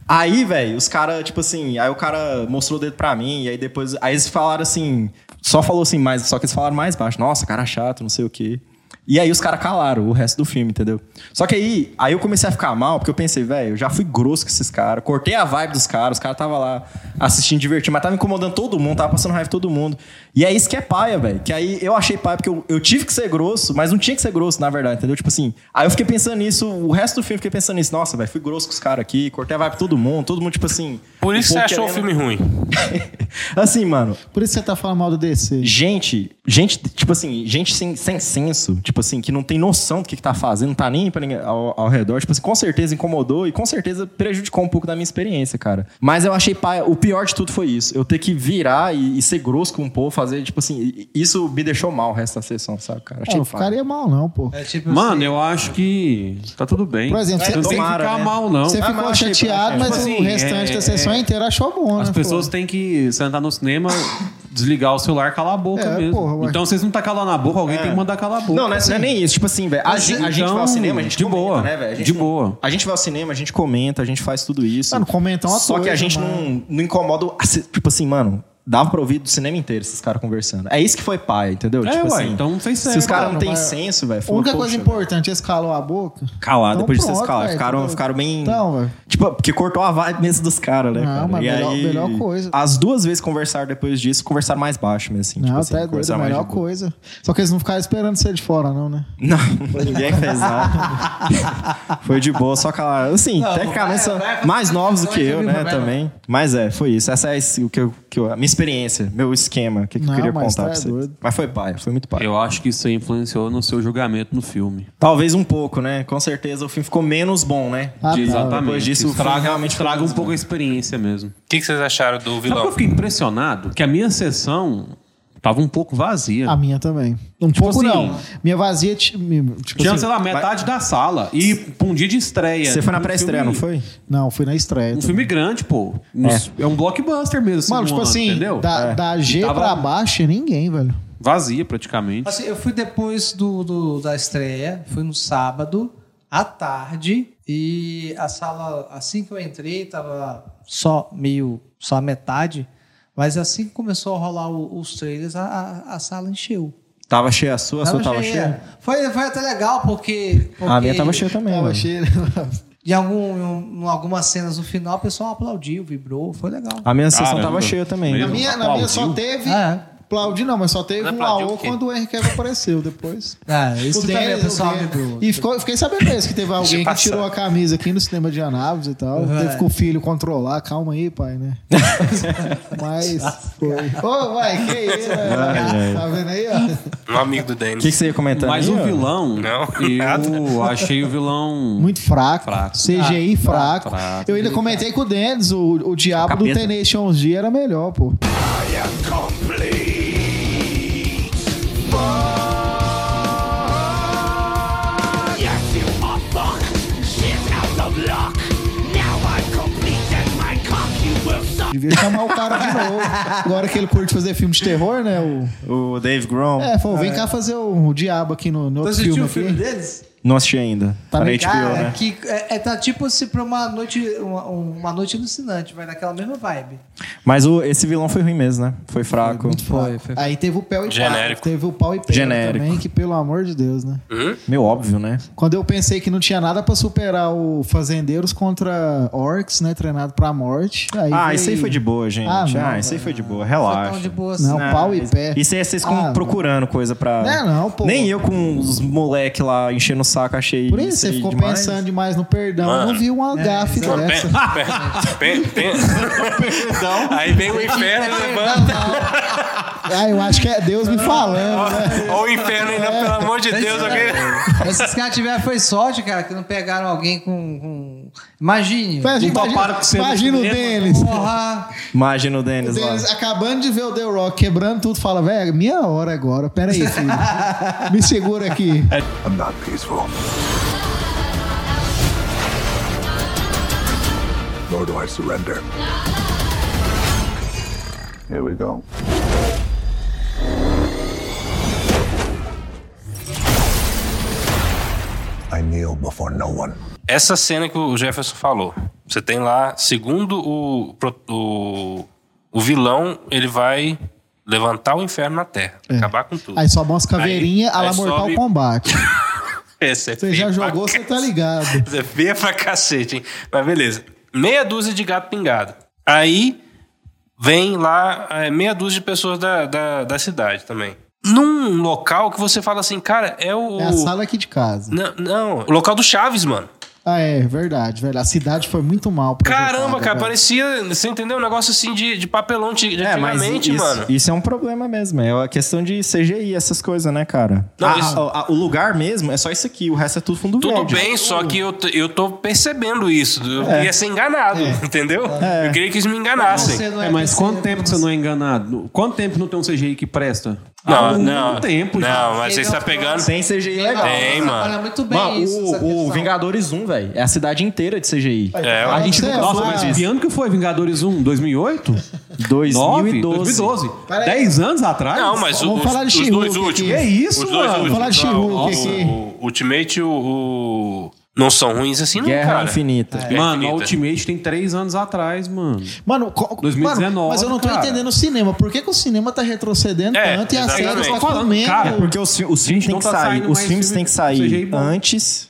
[SPEAKER 5] Aí, velho, os caras, tipo assim, aí o cara mostrou o dedo pra mim, e aí depois. Aí eles falaram assim, só falou assim, mais, só que eles falaram mais baixo, nossa, cara chato, não sei o quê. E aí os caras calaram o resto do filme, entendeu? Só que aí, aí eu comecei a ficar mal, porque eu pensei, velho, eu já fui grosso com esses caras, cortei a vibe dos caras, os caras tava lá assistindo, divertindo, mas tava incomodando todo mundo, tava passando raiva de todo mundo. E é isso que é paia, velho. Que aí eu achei paia, porque eu, eu tive que ser grosso, mas não tinha que ser grosso, na verdade, entendeu? Tipo assim, aí eu fiquei pensando nisso, o resto do filme eu fiquei pensando nisso, nossa, velho, fui grosso com os caras aqui, cortei a vibe de todo mundo, todo mundo, tipo assim.
[SPEAKER 6] Por isso
[SPEAKER 5] o
[SPEAKER 6] você
[SPEAKER 5] povo
[SPEAKER 6] achou o
[SPEAKER 5] querendo-
[SPEAKER 6] filme ruim.
[SPEAKER 5] assim, mano,
[SPEAKER 8] Por isso você tá falando mal do DC.
[SPEAKER 5] gente, gente, tipo assim, gente sem, sem senso, tipo assim, que não tem noção do que, que tá fazendo, não tá nem pra ninguém ao, ao redor, tipo assim, com certeza incomodou e com certeza prejudicou um pouco da minha experiência, cara. Mas eu achei, pai, o pior de tudo foi isso, eu ter que virar e, e ser grosso com o povo, fazer, tipo assim, e- e isso me deixou mal o resto da sessão, sabe, cara?
[SPEAKER 8] Ah,
[SPEAKER 5] Achei
[SPEAKER 8] não
[SPEAKER 5] paia.
[SPEAKER 8] ficaria mal, não, pô.
[SPEAKER 9] É tipo
[SPEAKER 7] Mano, eu acho que tá tudo bem.
[SPEAKER 8] Por exemplo,
[SPEAKER 7] você não
[SPEAKER 8] você-
[SPEAKER 7] tem que
[SPEAKER 5] tomara,
[SPEAKER 7] ficar
[SPEAKER 5] né?
[SPEAKER 7] mal, não.
[SPEAKER 8] Você
[SPEAKER 5] Ah,
[SPEAKER 8] ficou
[SPEAKER 5] mas eu achei-
[SPEAKER 8] chateado,
[SPEAKER 5] achei-
[SPEAKER 8] mas
[SPEAKER 7] Tipo
[SPEAKER 8] o
[SPEAKER 7] assim,
[SPEAKER 8] restante
[SPEAKER 7] é-
[SPEAKER 8] da sessão
[SPEAKER 7] é-
[SPEAKER 8] inteira achou bom,
[SPEAKER 7] As
[SPEAKER 8] né?
[SPEAKER 7] pessoas
[SPEAKER 8] pô?
[SPEAKER 7] têm que sentar no cinema, desligar o celular, calar a boca
[SPEAKER 8] É,
[SPEAKER 7] mesmo.
[SPEAKER 8] porra, ué.
[SPEAKER 7] então, vocês não tá calando a boca, alguém tem que mandar calar a boca.
[SPEAKER 5] Não, não é, não é nem isso. Tipo assim, velho. A,
[SPEAKER 7] Mas
[SPEAKER 5] gente- a gente
[SPEAKER 7] então,
[SPEAKER 5] vai ao cinema, a gente
[SPEAKER 7] de
[SPEAKER 5] comenta,
[SPEAKER 7] boa,
[SPEAKER 5] né, velho? A gente
[SPEAKER 7] de
[SPEAKER 5] não-
[SPEAKER 7] boa.
[SPEAKER 5] A gente vai ao cinema, a gente comenta, a gente faz tudo isso.
[SPEAKER 8] Mano, comentar uma
[SPEAKER 5] Só que
[SPEAKER 8] coisa,
[SPEAKER 5] a gente
[SPEAKER 8] mano.
[SPEAKER 5] não, não incomoda. o- assim, Tipo assim, mano. Dava pra ouvir do cinema inteiro esses caras conversando. É isso que foi pai, entendeu? Tipo assim,
[SPEAKER 7] É, uai, então não fez
[SPEAKER 5] Se
[SPEAKER 7] certo.
[SPEAKER 5] os caras não
[SPEAKER 8] Mano,
[SPEAKER 5] têm
[SPEAKER 8] mas
[SPEAKER 5] senso, velho. Então
[SPEAKER 8] A
[SPEAKER 5] fala,
[SPEAKER 8] única
[SPEAKER 5] "Poxa,
[SPEAKER 8] coisa
[SPEAKER 5] velho."
[SPEAKER 8] importante, é eles calam a boca.
[SPEAKER 5] Calar,
[SPEAKER 8] Então
[SPEAKER 5] depois de vocês
[SPEAKER 8] pronto,
[SPEAKER 5] calar.
[SPEAKER 8] velho,
[SPEAKER 5] Ficaram,
[SPEAKER 8] entendeu?
[SPEAKER 5] ficaram bem.
[SPEAKER 8] Então, velho.
[SPEAKER 5] Tipo, porque cortou a vibe mesmo dos caras, né?
[SPEAKER 8] Não,
[SPEAKER 5] cara?
[SPEAKER 8] mas
[SPEAKER 5] E
[SPEAKER 8] melhor-
[SPEAKER 5] aí,
[SPEAKER 8] melhor coisa.
[SPEAKER 5] As duas vezes conversaram depois disso, conversaram mais baixo mesmo, assim.
[SPEAKER 8] Não,
[SPEAKER 5] tipo
[SPEAKER 8] tá
[SPEAKER 5] assim,
[SPEAKER 8] é doido,
[SPEAKER 5] conversaram
[SPEAKER 8] a
[SPEAKER 5] mais de
[SPEAKER 8] melhor
[SPEAKER 5] boa.
[SPEAKER 8] coisa. Só que eles não ficaram esperando ser de fora, não, né?
[SPEAKER 5] Não, ninguém fez nada. foi de boa, só calaram. Assim,
[SPEAKER 9] Não,
[SPEAKER 5] tecnicamente,
[SPEAKER 9] vai-
[SPEAKER 5] são
[SPEAKER 9] vai-
[SPEAKER 5] mais novos do que
[SPEAKER 9] vai-
[SPEAKER 5] eu,
[SPEAKER 9] vai-
[SPEAKER 5] né,
[SPEAKER 9] vai-
[SPEAKER 5] também. Mas é, foi isso. Essa é esse- o que eu, que eu- a minha experiência, meu esquema, o que, que eu
[SPEAKER 8] Não,
[SPEAKER 5] queria
[SPEAKER 8] mas
[SPEAKER 5] contar
[SPEAKER 8] tá
[SPEAKER 5] pra vocês.
[SPEAKER 8] doido.
[SPEAKER 5] Mas foi pai, foi muito pai.
[SPEAKER 7] Eu acho que isso aí influenciou no seu julgamento no filme.
[SPEAKER 5] Talvez um pouco, né? Com certeza o filme ficou menos bom, né?
[SPEAKER 8] Ah, tá.
[SPEAKER 5] Depois disso, o
[SPEAKER 7] estraga,
[SPEAKER 5] filme realmente
[SPEAKER 7] estraga
[SPEAKER 5] foi
[SPEAKER 7] um pouco a experiência mesmo.
[SPEAKER 6] O que, que vocês acharam do
[SPEAKER 7] Sabe que eu
[SPEAKER 6] vilão?
[SPEAKER 7] fiquei impressionado? Que a minha sessão tava um pouco vazia.
[SPEAKER 8] A minha também. Um pouco
[SPEAKER 7] assim,
[SPEAKER 8] não. Minha vazia, ti- mi- tipo
[SPEAKER 7] Tinha,
[SPEAKER 8] assim,
[SPEAKER 7] sei lá, metade da sala. E pra um dia de estreia.
[SPEAKER 5] Você foi na
[SPEAKER 7] Um
[SPEAKER 5] pré-estreia,
[SPEAKER 7] filme-
[SPEAKER 5] não foi?
[SPEAKER 8] não, fui na estreia.
[SPEAKER 7] Um
[SPEAKER 8] também.
[SPEAKER 7] filme grande, pô. Uns- É, um blockbuster mesmo. Assim,
[SPEAKER 8] Mano,
[SPEAKER 7] no
[SPEAKER 8] tipo
[SPEAKER 7] ano,
[SPEAKER 8] assim,
[SPEAKER 7] entendeu?
[SPEAKER 8] da,
[SPEAKER 7] É.
[SPEAKER 8] da
[SPEAKER 7] E
[SPEAKER 8] G
[SPEAKER 7] tava
[SPEAKER 8] pra baixo, é ninguém, velho.
[SPEAKER 7] Vazia praticamente.
[SPEAKER 9] Assim, eu fui depois do, do- da estreia, fui no sábado, à tarde, e a sala, assim que eu entrei, tava só meio, só a metade, mas assim que começou a rolar o- os trailers, a, a- a sala encheu.
[SPEAKER 5] Tava cheia a sua, a sua tava
[SPEAKER 9] cheia.
[SPEAKER 5] cheia?
[SPEAKER 9] Foi, foi até legal, porque...
[SPEAKER 5] A minha
[SPEAKER 9] porque
[SPEAKER 5] tava cheia também,
[SPEAKER 8] Tava
[SPEAKER 5] mano.
[SPEAKER 8] cheio.
[SPEAKER 9] Em, algum, em um- em algumas cenas no final, o pessoal aplaudiu, vibrou, foi legal.
[SPEAKER 5] A minha sessão
[SPEAKER 7] Caramba.
[SPEAKER 5] tava cheia também.
[SPEAKER 8] Na
[SPEAKER 7] Mesmo?
[SPEAKER 8] minha, na minha só
[SPEAKER 7] Aplaudiu?
[SPEAKER 8] teve.
[SPEAKER 9] É.
[SPEAKER 8] Aplaudir não, mas só teve
[SPEAKER 6] Mas
[SPEAKER 8] um
[SPEAKER 6] aplaudiu
[SPEAKER 8] AO
[SPEAKER 6] o quê?
[SPEAKER 8] quando o Henrique apareceu depois.
[SPEAKER 9] Ah, isso
[SPEAKER 8] O
[SPEAKER 9] também,
[SPEAKER 8] Dennis,
[SPEAKER 9] o pessoal
[SPEAKER 8] o Dennis.
[SPEAKER 9] vibrou.
[SPEAKER 8] E ficou, fiquei sabendo mesmo que teve alguém que
[SPEAKER 6] passar.
[SPEAKER 8] tirou a camisa aqui no cinema de Anápolis e tal.
[SPEAKER 9] Vai.
[SPEAKER 8] Teve que o filho controlar. Calma aí, pai, né? Mas foi. Ô, vai, que isso, velho? Tá vendo aí, ó?
[SPEAKER 6] Um amigo do
[SPEAKER 5] O
[SPEAKER 6] Dennis.
[SPEAKER 5] que, que você ia comentar?
[SPEAKER 7] Mas
[SPEAKER 5] aí,
[SPEAKER 7] o
[SPEAKER 5] ó?
[SPEAKER 7] um vilão,
[SPEAKER 6] Não,
[SPEAKER 7] eu achei o vilão
[SPEAKER 8] Muito fraco.
[SPEAKER 7] Fraco. Ah,
[SPEAKER 8] CGI fraco.
[SPEAKER 7] fraco.
[SPEAKER 8] Eu ainda comentei com o Dennis, o, o diabo do
[SPEAKER 5] Capeta.
[SPEAKER 8] Tenation G era melhor, pô. Devia chamar o cara de novo. Agora que ele curte fazer filme de terror, né? O...
[SPEAKER 5] O Dave Grom.
[SPEAKER 8] É, falou, vem cá fazer o, o diabo aqui no, no
[SPEAKER 9] Tu
[SPEAKER 8] outro filme
[SPEAKER 9] assistiu o filme
[SPEAKER 8] aqui.
[SPEAKER 9] deles?
[SPEAKER 5] Não assisti ainda. Tá na HBO,
[SPEAKER 9] Cara,
[SPEAKER 5] né?
[SPEAKER 9] que é, é, tá tipo assim pra uma noite, uma, uma noite alucinante, vai naquela mesma vibe.
[SPEAKER 5] Mas o, esse vilão foi ruim mesmo, né? Foi fraco.
[SPEAKER 9] Foi, foi.
[SPEAKER 8] Aí teve o pau e
[SPEAKER 6] Genérico.
[SPEAKER 8] pau. Teve o pau e pau
[SPEAKER 5] Genérico.
[SPEAKER 8] também, que pelo amor de Deus, né?
[SPEAKER 5] Meio óbvio, né?
[SPEAKER 8] Quando eu pensei que não tinha nada pra superar o Fazendeiros contra Orcs, né? Treinado pra morte. Aí
[SPEAKER 5] ah,
[SPEAKER 8] veio-
[SPEAKER 5] isso aí foi de boa, gente.
[SPEAKER 8] Ah,
[SPEAKER 5] Ah,
[SPEAKER 8] não,
[SPEAKER 5] isso aí foi de boa.
[SPEAKER 9] Foi
[SPEAKER 5] Relaxa.
[SPEAKER 9] tão de boa assim.
[SPEAKER 8] Não, pau e pé.
[SPEAKER 5] Isso aí é vocês ficam
[SPEAKER 8] Ah,
[SPEAKER 5] procurando coisa pra.
[SPEAKER 8] Não, é não, pô.
[SPEAKER 5] Nem eu com os moleque lá enchendo o saco achei.
[SPEAKER 8] Por isso, você
[SPEAKER 5] aí
[SPEAKER 8] ficou
[SPEAKER 5] demais.
[SPEAKER 8] pensando demais no perdão. Eu não vi uma gafe
[SPEAKER 6] Não, pe-
[SPEAKER 8] dessa.
[SPEAKER 6] pe- pe- pe- Aí vem o inferno
[SPEAKER 8] É,
[SPEAKER 6] levanta.
[SPEAKER 8] Ah, eu acho que é Deus me falando, né?
[SPEAKER 6] Ó o inferno ainda, pelo amor de Deus. alguém-
[SPEAKER 9] Esses caras tiveram foi sorte, cara, que não pegaram alguém com. com... Imagine.
[SPEAKER 8] Imagina,
[SPEAKER 7] toparam com você no
[SPEAKER 8] imagina o
[SPEAKER 7] cinema.
[SPEAKER 8] Denis.
[SPEAKER 9] Porra!
[SPEAKER 5] Imagina o Dennis lá.
[SPEAKER 8] Denis acabando de ver o The Rock quebrando tudo, fala, velho, minha hora agora. Pera aí, filho. me segura aqui.
[SPEAKER 3] I'm not peaceful. Nor do I surrender. Here we go. I kneel before no one.
[SPEAKER 6] Essa cena que o Jefferson falou. Você tem lá, segundo o, pro- o, o vilão, ele vai levantar o inferno na Terra. Acabar com tudo.
[SPEAKER 8] É. Aí só mostra caveirinha,
[SPEAKER 6] Aí-
[SPEAKER 8] a lá
[SPEAKER 6] aí
[SPEAKER 8] Mortal
[SPEAKER 6] sobe-
[SPEAKER 8] Kombat.
[SPEAKER 6] Esse é
[SPEAKER 8] Você já
[SPEAKER 6] feio pra
[SPEAKER 8] jogou, você tá
[SPEAKER 6] cacete.
[SPEAKER 8] ligado.
[SPEAKER 6] Você é feia pra cacete, hein? Mas beleza. Meia dúzia de gato pingado. Aí vem lá é, meia dúzia de pessoas da, da, da cidade também. Num local que você fala assim, cara, é o.
[SPEAKER 8] É a sala aqui de casa.
[SPEAKER 6] Não, não, o local do Chaves, mano.
[SPEAKER 8] Ah, é, verdade, velho. A cidade foi muito mal. projetada,
[SPEAKER 6] Caramba, cara,
[SPEAKER 8] velho.
[SPEAKER 6] parecia. Você entendeu? Um negócio assim de, de papelão de, de
[SPEAKER 5] É, mas
[SPEAKER 6] antigamente,
[SPEAKER 5] isso,
[SPEAKER 6] mano.
[SPEAKER 5] isso é um problema mesmo. É a questão de CGI, essas coisas, né, cara?
[SPEAKER 6] Não,
[SPEAKER 5] A-
[SPEAKER 6] isso-
[SPEAKER 5] a- a- o lugar mesmo é só isso aqui. O resto é tudo fundo
[SPEAKER 6] Tudo
[SPEAKER 5] verde.
[SPEAKER 6] bem, só que eu, t- eu tô percebendo isso. Eu queria ser enganado, entendeu? Eu queria que eles me enganassem.
[SPEAKER 9] Você não
[SPEAKER 7] É, mas
[SPEAKER 9] possível,
[SPEAKER 7] quanto tempo que você não é enganado? Quanto tempo não tem um CGI que presta?
[SPEAKER 6] Não,
[SPEAKER 7] Há um
[SPEAKER 6] não.
[SPEAKER 7] tempo,
[SPEAKER 6] não,
[SPEAKER 7] gente.
[SPEAKER 6] mas você está pegando.
[SPEAKER 5] Sem CGI legal.
[SPEAKER 6] Tem,
[SPEAKER 9] você
[SPEAKER 6] mano.
[SPEAKER 9] Olha muito bem
[SPEAKER 5] Mano,
[SPEAKER 9] isso. essa
[SPEAKER 5] o, o
[SPEAKER 9] questão.
[SPEAKER 5] Vingadores 1, velho, é a cidade inteira de CGI.
[SPEAKER 6] É,
[SPEAKER 5] a gente
[SPEAKER 8] Você
[SPEAKER 5] nunca
[SPEAKER 8] é
[SPEAKER 7] Nossa,
[SPEAKER 5] foi
[SPEAKER 8] Mas-
[SPEAKER 7] mas que ano que foi Vingadores 1? 2008?
[SPEAKER 5] 2012.
[SPEAKER 7] 2012? 2012. 10 anos atrás?
[SPEAKER 6] Não, mas
[SPEAKER 8] Vamos
[SPEAKER 6] os,
[SPEAKER 8] falar de
[SPEAKER 6] os
[SPEAKER 8] She-Hulk
[SPEAKER 6] dois
[SPEAKER 8] aqui.
[SPEAKER 6] últimos.
[SPEAKER 8] Que
[SPEAKER 7] isso,
[SPEAKER 6] os dois
[SPEAKER 7] mano?
[SPEAKER 6] últimos.
[SPEAKER 8] Falar de
[SPEAKER 6] Não,
[SPEAKER 8] She-Hulk
[SPEAKER 6] o-
[SPEAKER 8] aqui.
[SPEAKER 6] O Ultimate e o, o Não são ruins assim, não,
[SPEAKER 5] Guerra
[SPEAKER 6] cara.
[SPEAKER 5] Infinita.
[SPEAKER 6] Guerra
[SPEAKER 7] Mano, a
[SPEAKER 6] é Infinita.
[SPEAKER 7] Ultimate tem três anos atrás, mano.
[SPEAKER 8] Mano, co-
[SPEAKER 7] 2019,
[SPEAKER 8] mano, mas eu não tô
[SPEAKER 7] cara.
[SPEAKER 8] entendendo o cinema. Por que, que o cinema tá retrocedendo
[SPEAKER 6] É,
[SPEAKER 8] tanto e a
[SPEAKER 6] exatamente.
[SPEAKER 8] série
[SPEAKER 6] Eu
[SPEAKER 8] tá
[SPEAKER 6] tô
[SPEAKER 7] falando,
[SPEAKER 8] comendo?
[SPEAKER 7] cara,
[SPEAKER 5] É porque os, fi- os filmes têm
[SPEAKER 7] Gente, não
[SPEAKER 5] que
[SPEAKER 7] tá
[SPEAKER 5] sair.
[SPEAKER 7] saindo
[SPEAKER 5] Os
[SPEAKER 7] mais
[SPEAKER 5] filmes
[SPEAKER 7] filme
[SPEAKER 5] têm que
[SPEAKER 7] com
[SPEAKER 5] sair
[SPEAKER 7] CGI bom.
[SPEAKER 5] antes.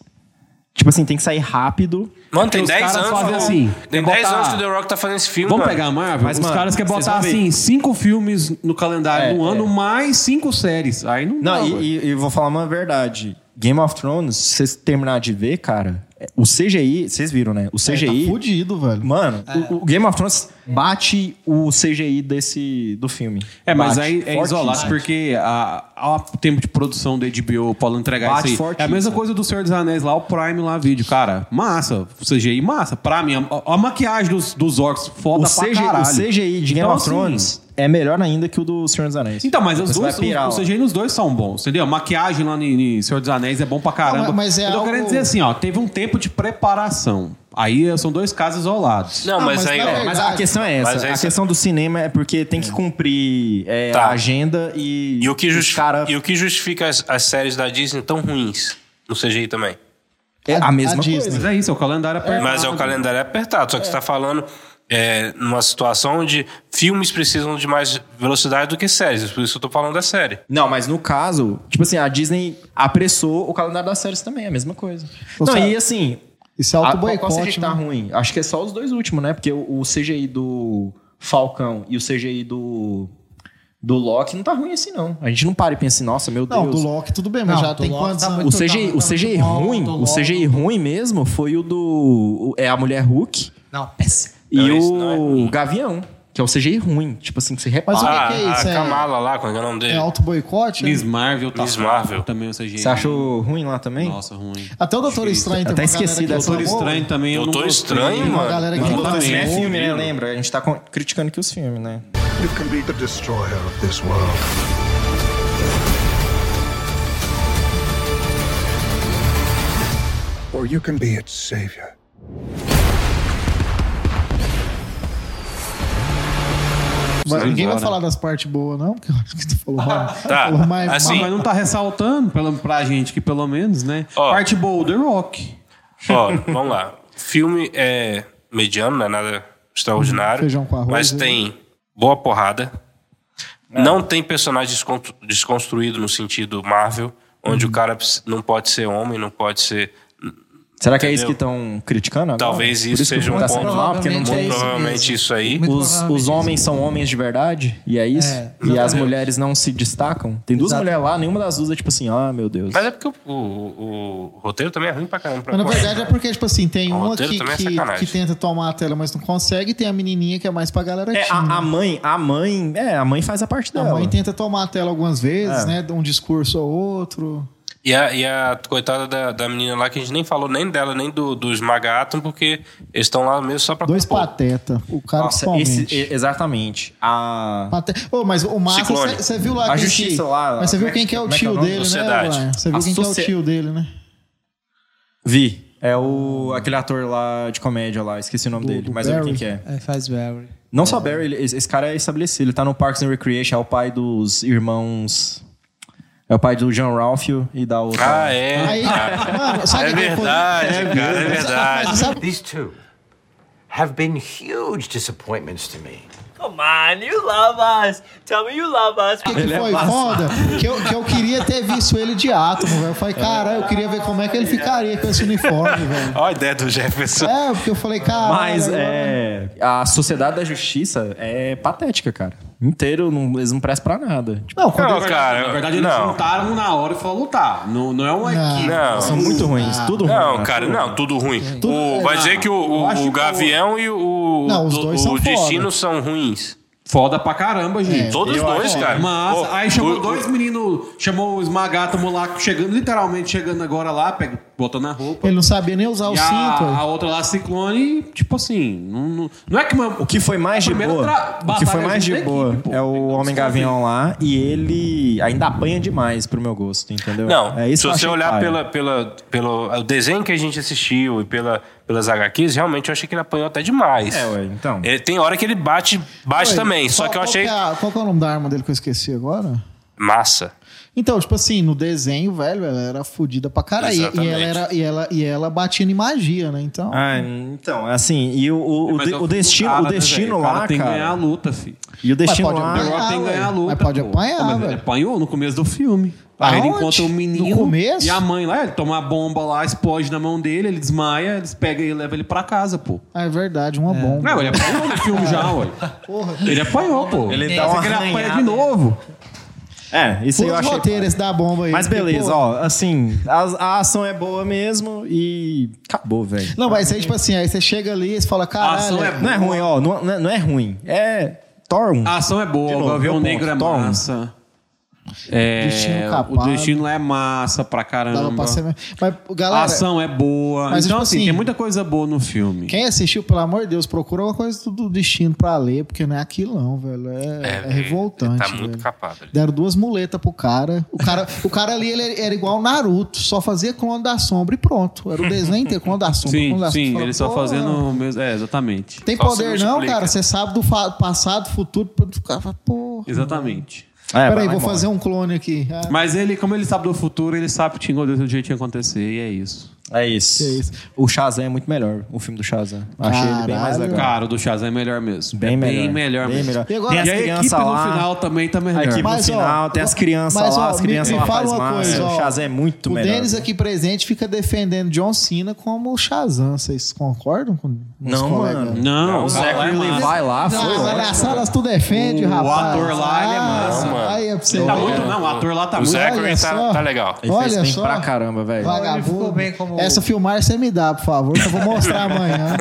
[SPEAKER 5] Tipo assim, tem que sair rápido.
[SPEAKER 6] Mano, tem
[SPEAKER 7] Os
[SPEAKER 6] 10
[SPEAKER 7] caras
[SPEAKER 6] anos.
[SPEAKER 7] fazem
[SPEAKER 6] mano.
[SPEAKER 7] assim,
[SPEAKER 6] tem
[SPEAKER 7] botar-
[SPEAKER 6] 10 anos que o The Rock tá fazendo esse filme.
[SPEAKER 7] Vamos
[SPEAKER 6] mano.
[SPEAKER 7] pegar a Marvel?
[SPEAKER 5] Mas,
[SPEAKER 7] Os
[SPEAKER 5] mano,
[SPEAKER 7] caras querem
[SPEAKER 5] vocês
[SPEAKER 7] botar,
[SPEAKER 5] vão ver.
[SPEAKER 7] assim, cinco filmes no calendário
[SPEAKER 5] É,
[SPEAKER 7] do ano,
[SPEAKER 5] é.
[SPEAKER 7] mais cinco séries. Aí não,
[SPEAKER 5] Não,
[SPEAKER 7] dá,
[SPEAKER 5] e,
[SPEAKER 7] mano.
[SPEAKER 5] e- e vou falar uma verdade. Game of Thrones, se vocês terminar de ver, cara, é- o CGI, vocês viram, né? O
[SPEAKER 8] Tá
[SPEAKER 5] CGI.
[SPEAKER 8] fudido, velho.
[SPEAKER 5] mano, o, o Game of Thrones bate o CGI desse do filme.
[SPEAKER 7] É, mas
[SPEAKER 5] Bate.
[SPEAKER 7] aí é
[SPEAKER 5] Forte.
[SPEAKER 7] isolado, porque a- ao tempo de produção da HBO pode entregar
[SPEAKER 5] Bate
[SPEAKER 7] isso aí.
[SPEAKER 5] forte
[SPEAKER 7] é a mesma
[SPEAKER 5] isso.
[SPEAKER 7] coisa do Senhor dos Anéis lá, o Prime lá, vídeo. Cara, massa. CGI massa. Pra mim, a, a maquiagem dos, dos orcs foda
[SPEAKER 5] O
[SPEAKER 7] pra
[SPEAKER 5] CGI, o
[SPEAKER 7] caralho.
[SPEAKER 5] CGI de Game
[SPEAKER 7] Então,
[SPEAKER 5] of
[SPEAKER 7] assim,
[SPEAKER 5] Thrones é melhor ainda que o do Senhor dos Anéis.
[SPEAKER 7] Então, mas os
[SPEAKER 5] Você vai
[SPEAKER 7] dois,
[SPEAKER 5] pirar,
[SPEAKER 7] os,
[SPEAKER 5] ó.
[SPEAKER 7] os CGI nos dois são bons, entendeu? A maquiagem lá em em Senhor dos Anéis é bom pra caramba.
[SPEAKER 8] Não, mas- mas é
[SPEAKER 7] eu tô
[SPEAKER 8] algo-
[SPEAKER 7] querendo dizer assim, ó, teve um tempo de preparação. Aí eh, são dois casos isolados.
[SPEAKER 6] Não,
[SPEAKER 8] Não,
[SPEAKER 6] mas,
[SPEAKER 8] mas
[SPEAKER 6] aí,
[SPEAKER 8] na
[SPEAKER 6] ó.
[SPEAKER 8] verdade-
[SPEAKER 5] Mas a questão é
[SPEAKER 6] Mas
[SPEAKER 5] essa.
[SPEAKER 6] é
[SPEAKER 5] a
[SPEAKER 6] isso.
[SPEAKER 5] questão do cinema é porque tem que cumprir é,
[SPEAKER 6] Tá.
[SPEAKER 5] a agenda e,
[SPEAKER 6] E o que,
[SPEAKER 5] os
[SPEAKER 6] justi-
[SPEAKER 5] cara-
[SPEAKER 6] e o que justifica as, as séries da Disney tão ruins no CGI também?
[SPEAKER 5] é a mesma
[SPEAKER 8] Disney.
[SPEAKER 5] coisa.
[SPEAKER 7] Mas é isso, é o calendário apertado.
[SPEAKER 6] Mas é o calendário apertado. Só que você está falando é, numa situação onde filmes precisam de mais velocidade do que séries. Por isso eu tô falando da série.
[SPEAKER 5] Não, mas no caso, tipo assim, a Disney apressou o calendário das séries também, é a mesma coisa.
[SPEAKER 8] Ou
[SPEAKER 5] não,
[SPEAKER 8] seja,
[SPEAKER 5] e assim,
[SPEAKER 8] Isso é alto
[SPEAKER 5] a- qual- qual CGI
[SPEAKER 8] boicote,
[SPEAKER 5] tá
[SPEAKER 8] né?
[SPEAKER 5] ruim? Acho que é só os dois últimos, né? Porque o, o CGI do Falcão e o CGI do, do Loki não tá ruim assim, não. A gente não para e pensa assim, nossa, meu
[SPEAKER 8] Não,
[SPEAKER 5] Deus.
[SPEAKER 8] do Loki tudo bem, mas
[SPEAKER 9] Não,
[SPEAKER 8] já
[SPEAKER 9] do
[SPEAKER 8] tem
[SPEAKER 9] Loki
[SPEAKER 8] quantos
[SPEAKER 9] tá
[SPEAKER 8] anos?
[SPEAKER 9] muito
[SPEAKER 5] O CGI,
[SPEAKER 9] bom, tá
[SPEAKER 5] o
[SPEAKER 9] muito
[SPEAKER 5] CGI
[SPEAKER 9] bom,
[SPEAKER 5] ruim,
[SPEAKER 9] do
[SPEAKER 5] o
[SPEAKER 9] Loki,
[SPEAKER 5] CGI
[SPEAKER 9] do-
[SPEAKER 5] ruim mesmo foi o do... o- É a Mulher Hulk
[SPEAKER 9] Não, péssimo.
[SPEAKER 5] e
[SPEAKER 6] Não, esse não é
[SPEAKER 5] o
[SPEAKER 6] ruim.
[SPEAKER 5] Gavião, que é o CGI ruim. Tipo assim, que você repara.
[SPEAKER 8] Mas o
[SPEAKER 6] Ah,
[SPEAKER 8] que é isso?
[SPEAKER 6] a
[SPEAKER 8] É-
[SPEAKER 6] Kamala lá, como é que é o nome
[SPEAKER 8] É
[SPEAKER 6] dele?
[SPEAKER 8] alto boicote? né?
[SPEAKER 7] Miss Marvel tá
[SPEAKER 6] Miss Marvel.
[SPEAKER 7] também o CGI.
[SPEAKER 5] Você achou ruim lá também?
[SPEAKER 7] Nossa, ruim.
[SPEAKER 8] Até o Doutor Estranho tem
[SPEAKER 5] Até
[SPEAKER 8] uma galera
[SPEAKER 5] esqueci
[SPEAKER 8] que
[SPEAKER 5] dessa
[SPEAKER 7] Doutor
[SPEAKER 8] reclamou.
[SPEAKER 7] Estranho também. eu não
[SPEAKER 6] Doutor
[SPEAKER 7] gostei.
[SPEAKER 6] Estranho,
[SPEAKER 8] Uma
[SPEAKER 6] mano.
[SPEAKER 8] galera que
[SPEAKER 7] Não,
[SPEAKER 8] reclamou.
[SPEAKER 7] tá bem.
[SPEAKER 5] é
[SPEAKER 7] Não,
[SPEAKER 5] filme, né?
[SPEAKER 7] não.
[SPEAKER 5] Lembra? A gente tá co- criticando que os filmes, né?
[SPEAKER 3] You can be the destroyer of this world. Or you can be its savior.
[SPEAKER 8] Mas ninguém vai
[SPEAKER 7] Embora.
[SPEAKER 8] falar das partes boas, não, porque eu acho que tu falou mal.
[SPEAKER 6] Tá,
[SPEAKER 8] falou mais mal.
[SPEAKER 6] assim,
[SPEAKER 7] Mas não tá ressaltando pelo, pra gente que pelo menos, né?
[SPEAKER 6] Ó.
[SPEAKER 7] Parte boa, The Rock.
[SPEAKER 6] Ó, vamos lá. Filme é mediano, não é nada extraordinário.
[SPEAKER 8] Feijão com arroz,
[SPEAKER 6] Mas
[SPEAKER 8] né?
[SPEAKER 6] tem boa porrada. Não tem personagem desconstru- desconstruído no sentido Marvel, onde o cara ps- não pode ser homem, não pode ser.
[SPEAKER 5] Será que é isso que
[SPEAKER 6] Entendeu?
[SPEAKER 5] estão criticando agora?
[SPEAKER 6] Talvez
[SPEAKER 5] Por
[SPEAKER 6] isso
[SPEAKER 5] que o
[SPEAKER 6] seja
[SPEAKER 5] filme
[SPEAKER 6] um
[SPEAKER 5] tá saindo
[SPEAKER 6] ponto.
[SPEAKER 5] mal, porque não
[SPEAKER 9] Provavelmente
[SPEAKER 5] tem-
[SPEAKER 9] é isso
[SPEAKER 6] provavelmente
[SPEAKER 9] mesmo.
[SPEAKER 6] isso aí.
[SPEAKER 9] Muito
[SPEAKER 5] os,
[SPEAKER 9] provavelmente
[SPEAKER 5] os homens são homens de verdade? E é isso?
[SPEAKER 9] É,
[SPEAKER 5] e as
[SPEAKER 9] exatamente.
[SPEAKER 5] mulheres não se destacam? Tem duas
[SPEAKER 9] Exato.
[SPEAKER 5] mulheres lá, nenhuma das duas é tipo assim, ah, meu Deus.
[SPEAKER 6] Mas é porque o, o- o roteiro também é ruim pra caramba. Pra né?
[SPEAKER 8] Mas na verdade é porque, tipo assim, tem
[SPEAKER 6] O
[SPEAKER 8] uma
[SPEAKER 6] roteiro
[SPEAKER 8] que,
[SPEAKER 6] também é
[SPEAKER 8] que,
[SPEAKER 6] sacanagem.
[SPEAKER 8] que tenta tomar a tela, mas não consegue, e tem a menininha que é mais pra galera
[SPEAKER 5] É,
[SPEAKER 8] teen,
[SPEAKER 5] a, a
[SPEAKER 8] né?
[SPEAKER 5] mãe, a mãe, é, a mãe faz a parte
[SPEAKER 8] A
[SPEAKER 5] dela.
[SPEAKER 8] mãe tenta tomar a tela algumas vezes,
[SPEAKER 5] É.
[SPEAKER 8] né? De um discurso ou outro.
[SPEAKER 6] E a, e a coitada da, da menina lá, que a gente nem falou nem dela, nem do, do Esmaga Atom, porque eles estão lá mesmo só pra
[SPEAKER 8] Dois
[SPEAKER 6] compor.
[SPEAKER 8] pateta. O cara
[SPEAKER 5] Nossa,
[SPEAKER 8] principalmente.
[SPEAKER 5] esse- e- exatamente. A,
[SPEAKER 8] Pate- Ô, mas o Massa,
[SPEAKER 6] Ciclone.
[SPEAKER 8] você viu lá
[SPEAKER 5] A
[SPEAKER 8] que-
[SPEAKER 5] justiça lá,
[SPEAKER 8] Mas você
[SPEAKER 5] como
[SPEAKER 8] viu
[SPEAKER 5] é
[SPEAKER 8] quem
[SPEAKER 5] que-
[SPEAKER 8] que é o
[SPEAKER 5] como é que é o
[SPEAKER 8] tio
[SPEAKER 5] nome?
[SPEAKER 8] dele, né?
[SPEAKER 6] Sociedade.
[SPEAKER 8] Brian? Você viu
[SPEAKER 5] A
[SPEAKER 8] quem que é o
[SPEAKER 5] socie-
[SPEAKER 8] tio dele, né?
[SPEAKER 5] Vi. É o aquele ator lá de comédia lá, esqueci o nome
[SPEAKER 8] Do-
[SPEAKER 5] dele,
[SPEAKER 8] do
[SPEAKER 5] mas eu vi quem
[SPEAKER 8] Barry.
[SPEAKER 5] que é.
[SPEAKER 9] É, faz Barry.
[SPEAKER 5] Não só Barry, ele- esse esse cara é estabelecido. Ele tá no Parks and Recreation, é o pai dos irmãos. É o pai do John Ralphio e da outra.
[SPEAKER 6] Ah, é.
[SPEAKER 8] Aí,
[SPEAKER 10] Ah,
[SPEAKER 8] mano, sabe
[SPEAKER 6] É
[SPEAKER 8] que foi-
[SPEAKER 6] verdade, cara, é verdade.
[SPEAKER 8] Mas sabe-
[SPEAKER 10] These two have been huge disappointments to me.
[SPEAKER 11] Come on, you love us. Tell me you love us.
[SPEAKER 8] que, que foi foda? Que eu, que eu queria ter visto ele de átomo, velho. Eu falei, cara, eu queria ver como é que ele ficaria com esse uniforme, velho.
[SPEAKER 6] Olha a ideia do Jefferson.
[SPEAKER 8] É, porque eu falei,
[SPEAKER 6] Ah,
[SPEAKER 8] cara.
[SPEAKER 5] Mas é. A Sociedade da Justiça é patética, cara. Inteiro, não, eles não prestam pra nada. Tipo,
[SPEAKER 8] Não, quando
[SPEAKER 6] Não,
[SPEAKER 8] ele-
[SPEAKER 6] cara.
[SPEAKER 7] Na verdade, um eles
[SPEAKER 6] não.
[SPEAKER 7] juntaram na hora e foram lutar. Não, não é uma
[SPEAKER 8] Não.
[SPEAKER 7] equipe.
[SPEAKER 5] são
[SPEAKER 6] Não.
[SPEAKER 5] muito ruins,
[SPEAKER 8] Ah.
[SPEAKER 5] tudo ruim.
[SPEAKER 6] Não, cara, não, tudo ruim. O, vai dizer que o, o-
[SPEAKER 7] acho
[SPEAKER 6] o
[SPEAKER 7] que o-
[SPEAKER 6] Gavião e o,
[SPEAKER 8] Não, os
[SPEAKER 6] do-
[SPEAKER 8] dois
[SPEAKER 6] o,
[SPEAKER 8] são
[SPEAKER 6] Destino são ruins.
[SPEAKER 7] Foda pra caramba, gente.
[SPEAKER 6] Todos dois, cara.
[SPEAKER 7] Mas
[SPEAKER 6] Pô,
[SPEAKER 7] aí chamou
[SPEAKER 6] o-
[SPEAKER 7] dois meninos, chamou o esmagátomo lá, chegando, literalmente chegando agora lá, pega, botando a roupa.
[SPEAKER 8] ele não sabia nem usar o
[SPEAKER 7] E
[SPEAKER 8] cinto.
[SPEAKER 7] a,
[SPEAKER 8] velho.
[SPEAKER 7] a outra lá, Ciclone, tipo assim, não, não, não é que uma,
[SPEAKER 5] O que foi mais de
[SPEAKER 7] Primeiro
[SPEAKER 5] boa?
[SPEAKER 7] tra-
[SPEAKER 5] O que foi
[SPEAKER 7] batalha
[SPEAKER 5] mais de
[SPEAKER 7] junto da
[SPEAKER 5] boa
[SPEAKER 7] equipe, pô.
[SPEAKER 5] é o Homem Gavião lá e ele ainda apanha demais pro meu gosto, entendeu?
[SPEAKER 6] Não,
[SPEAKER 5] é
[SPEAKER 6] se
[SPEAKER 5] que eu
[SPEAKER 6] você
[SPEAKER 5] achei
[SPEAKER 6] olhar
[SPEAKER 5] paia.
[SPEAKER 6] pela, pela, pelo o desenho que a gente assistiu e pela, pelas HQs, realmente eu achei que ele apanhou até demais.
[SPEAKER 5] É, ué, então.
[SPEAKER 6] Ele- tem hora que ele bate, bate
[SPEAKER 8] Ué,
[SPEAKER 6] também, só
[SPEAKER 8] qual-
[SPEAKER 6] que eu achei
[SPEAKER 8] Qual que, é, a- qual que é o nome da arma dele que eu esqueci agora?
[SPEAKER 6] massa.
[SPEAKER 8] Então, tipo assim, no desenho, velho, ela era fodida pra caralho. E, e, ela
[SPEAKER 5] Exatamente.
[SPEAKER 8] era, e, ela, e ela batia em magia, né? Então.
[SPEAKER 5] Ah, então, assim, e o, o- o
[SPEAKER 7] Mas
[SPEAKER 5] de-
[SPEAKER 7] é
[SPEAKER 5] o
[SPEAKER 7] filho do
[SPEAKER 5] destino,
[SPEAKER 7] cara,
[SPEAKER 5] o
[SPEAKER 7] né,
[SPEAKER 5] destino
[SPEAKER 7] velho? O
[SPEAKER 5] lá,
[SPEAKER 7] cara
[SPEAKER 5] cara.
[SPEAKER 7] tem que ganhar a luta, filho.
[SPEAKER 5] E o destino
[SPEAKER 8] Mas pode
[SPEAKER 5] lá.
[SPEAKER 7] O Rock tem que ganhar a luta.
[SPEAKER 8] Mas pode
[SPEAKER 7] pô.
[SPEAKER 8] apanhar,
[SPEAKER 7] Pô, mas
[SPEAKER 8] velho.
[SPEAKER 7] Ele apanhou no começo do filme. Aí ele
[SPEAKER 8] Aonde?
[SPEAKER 7] encontra o
[SPEAKER 8] No
[SPEAKER 7] menino
[SPEAKER 8] começo?
[SPEAKER 7] e a mãe lá, ele toma a bomba lá, explode na mão dele, ele desmaia, eles pegam e levam ele pra casa, pô.
[SPEAKER 8] Ah, é verdade, uma bomba.
[SPEAKER 7] Não, ele apanhou no filme já, ué.
[SPEAKER 8] Porra.
[SPEAKER 7] Ele apanhou, pô.
[SPEAKER 5] Ele dá
[SPEAKER 7] Só
[SPEAKER 5] uma
[SPEAKER 7] que ele apanha
[SPEAKER 5] arranhada.
[SPEAKER 7] de novo.
[SPEAKER 5] É, isso aí eu
[SPEAKER 8] Puro
[SPEAKER 5] achei.
[SPEAKER 8] roteiro esse da bomba aí.
[SPEAKER 5] Mas
[SPEAKER 8] porque,
[SPEAKER 5] beleza,
[SPEAKER 8] pô,
[SPEAKER 5] ó, assim, a, a ação é boa mesmo e acabou, velho.
[SPEAKER 8] Não, mas aí, tipo assim, aí você chega ali e você fala, caralho.
[SPEAKER 5] Não é ruim, ó, não, não é- não é ruim. É Thor 1.
[SPEAKER 7] A ação é boa,
[SPEAKER 5] De
[SPEAKER 7] o
[SPEAKER 5] novo,
[SPEAKER 7] Gavião
[SPEAKER 5] meu ponto,
[SPEAKER 7] Negro é
[SPEAKER 5] Thor 1.
[SPEAKER 7] massa. É,
[SPEAKER 8] Destino
[SPEAKER 7] o
[SPEAKER 8] Capado.
[SPEAKER 7] destino lá é massa pra
[SPEAKER 8] Dava
[SPEAKER 7] caramba.
[SPEAKER 8] pra ser... Mas, galera,
[SPEAKER 7] A ação é boa.
[SPEAKER 8] Mas,
[SPEAKER 7] então,
[SPEAKER 8] tipo
[SPEAKER 7] assim,
[SPEAKER 8] assim,
[SPEAKER 7] tem muita coisa boa no filme.
[SPEAKER 8] quem assistiu, pelo amor de Deus, procura alguma coisa do- do destino pra ler, porque não é aquilo não, velho. É, é revoltante,
[SPEAKER 6] Tá muito
[SPEAKER 8] velho.
[SPEAKER 6] capado. ali.
[SPEAKER 8] Deram duas muletas pro cara. O cara, o cara ali ele era igual o Naruto, só fazia clone da sombra e pronto. Era é o desenho inteiro, clone da sombra.
[SPEAKER 7] Sim,
[SPEAKER 8] clone da
[SPEAKER 7] sim,
[SPEAKER 8] sombra.
[SPEAKER 7] ele só
[SPEAKER 8] Pô,
[SPEAKER 7] fazendo o mesmo. É, exatamente.
[SPEAKER 8] Tem
[SPEAKER 6] Só
[SPEAKER 8] poder
[SPEAKER 6] se
[SPEAKER 8] não,
[SPEAKER 6] multiplica.
[SPEAKER 8] cara. Você sabe do fa- passado, futuro. O cara fala, porra.
[SPEAKER 7] Exatamente.
[SPEAKER 5] É,
[SPEAKER 8] Peraí, vou fazer um clone aqui. Ah,
[SPEAKER 7] Mas ele, como ele sabe do futuro, ele sabe que tinha do jeito que ia acontecer, e é isso.
[SPEAKER 5] É isso.
[SPEAKER 8] Que isso.
[SPEAKER 5] O Shazam é muito melhor, o filme do Shazam. Achei ele bem mais
[SPEAKER 8] Caralho.
[SPEAKER 5] legal.
[SPEAKER 7] Cara, o do Shazam é melhor mesmo.
[SPEAKER 5] Tá. Bem
[SPEAKER 7] é
[SPEAKER 5] melhor.
[SPEAKER 7] Bem melhor
[SPEAKER 5] Bem
[SPEAKER 7] mesmo.
[SPEAKER 5] melhor.
[SPEAKER 8] E agora-
[SPEAKER 5] Tem as
[SPEAKER 7] E a equipe
[SPEAKER 5] crianças lá.
[SPEAKER 7] no final também tá
[SPEAKER 5] A
[SPEAKER 7] melhor.
[SPEAKER 5] equipe
[SPEAKER 8] Mas, ó,
[SPEAKER 5] é no final, tem as crianças
[SPEAKER 8] mas,
[SPEAKER 5] lá,
[SPEAKER 8] ó,
[SPEAKER 5] as crianças
[SPEAKER 8] me- me
[SPEAKER 5] lá
[SPEAKER 8] fala
[SPEAKER 5] faz
[SPEAKER 8] uma
[SPEAKER 5] massa.
[SPEAKER 8] coisa, ó.
[SPEAKER 5] o Shazam é muito
[SPEAKER 8] o
[SPEAKER 5] melhor.
[SPEAKER 8] Denis aqui presente fica defendendo John Cena como Shazam. Vocês concordam com meus
[SPEAKER 5] Não,
[SPEAKER 8] colegas?
[SPEAKER 5] mano.
[SPEAKER 7] Não, o
[SPEAKER 5] Zachary
[SPEAKER 7] Zachary Levi lá
[SPEAKER 8] Não,
[SPEAKER 7] Ah, foi.
[SPEAKER 8] mas
[SPEAKER 7] ótimo.
[SPEAKER 8] engraçado, tu defende,
[SPEAKER 7] O
[SPEAKER 8] rapaz. Ah,
[SPEAKER 7] ator lá, ele é massa,
[SPEAKER 6] mano.
[SPEAKER 8] Aí é pra você
[SPEAKER 7] Ele tá
[SPEAKER 8] ver.
[SPEAKER 7] muito, não, o ator lá tá
[SPEAKER 6] o
[SPEAKER 7] muito.
[SPEAKER 6] Zachary
[SPEAKER 8] olha
[SPEAKER 6] tá,
[SPEAKER 8] só.
[SPEAKER 6] tá legal.
[SPEAKER 5] Ele
[SPEAKER 8] Olha
[SPEAKER 5] fez bem
[SPEAKER 8] só.
[SPEAKER 5] pra caramba, velho.
[SPEAKER 8] Vagabundo.
[SPEAKER 9] Ele ficou bem como-
[SPEAKER 8] Essa filmagem você me dá, por favor, que eu vou mostrar amanhã.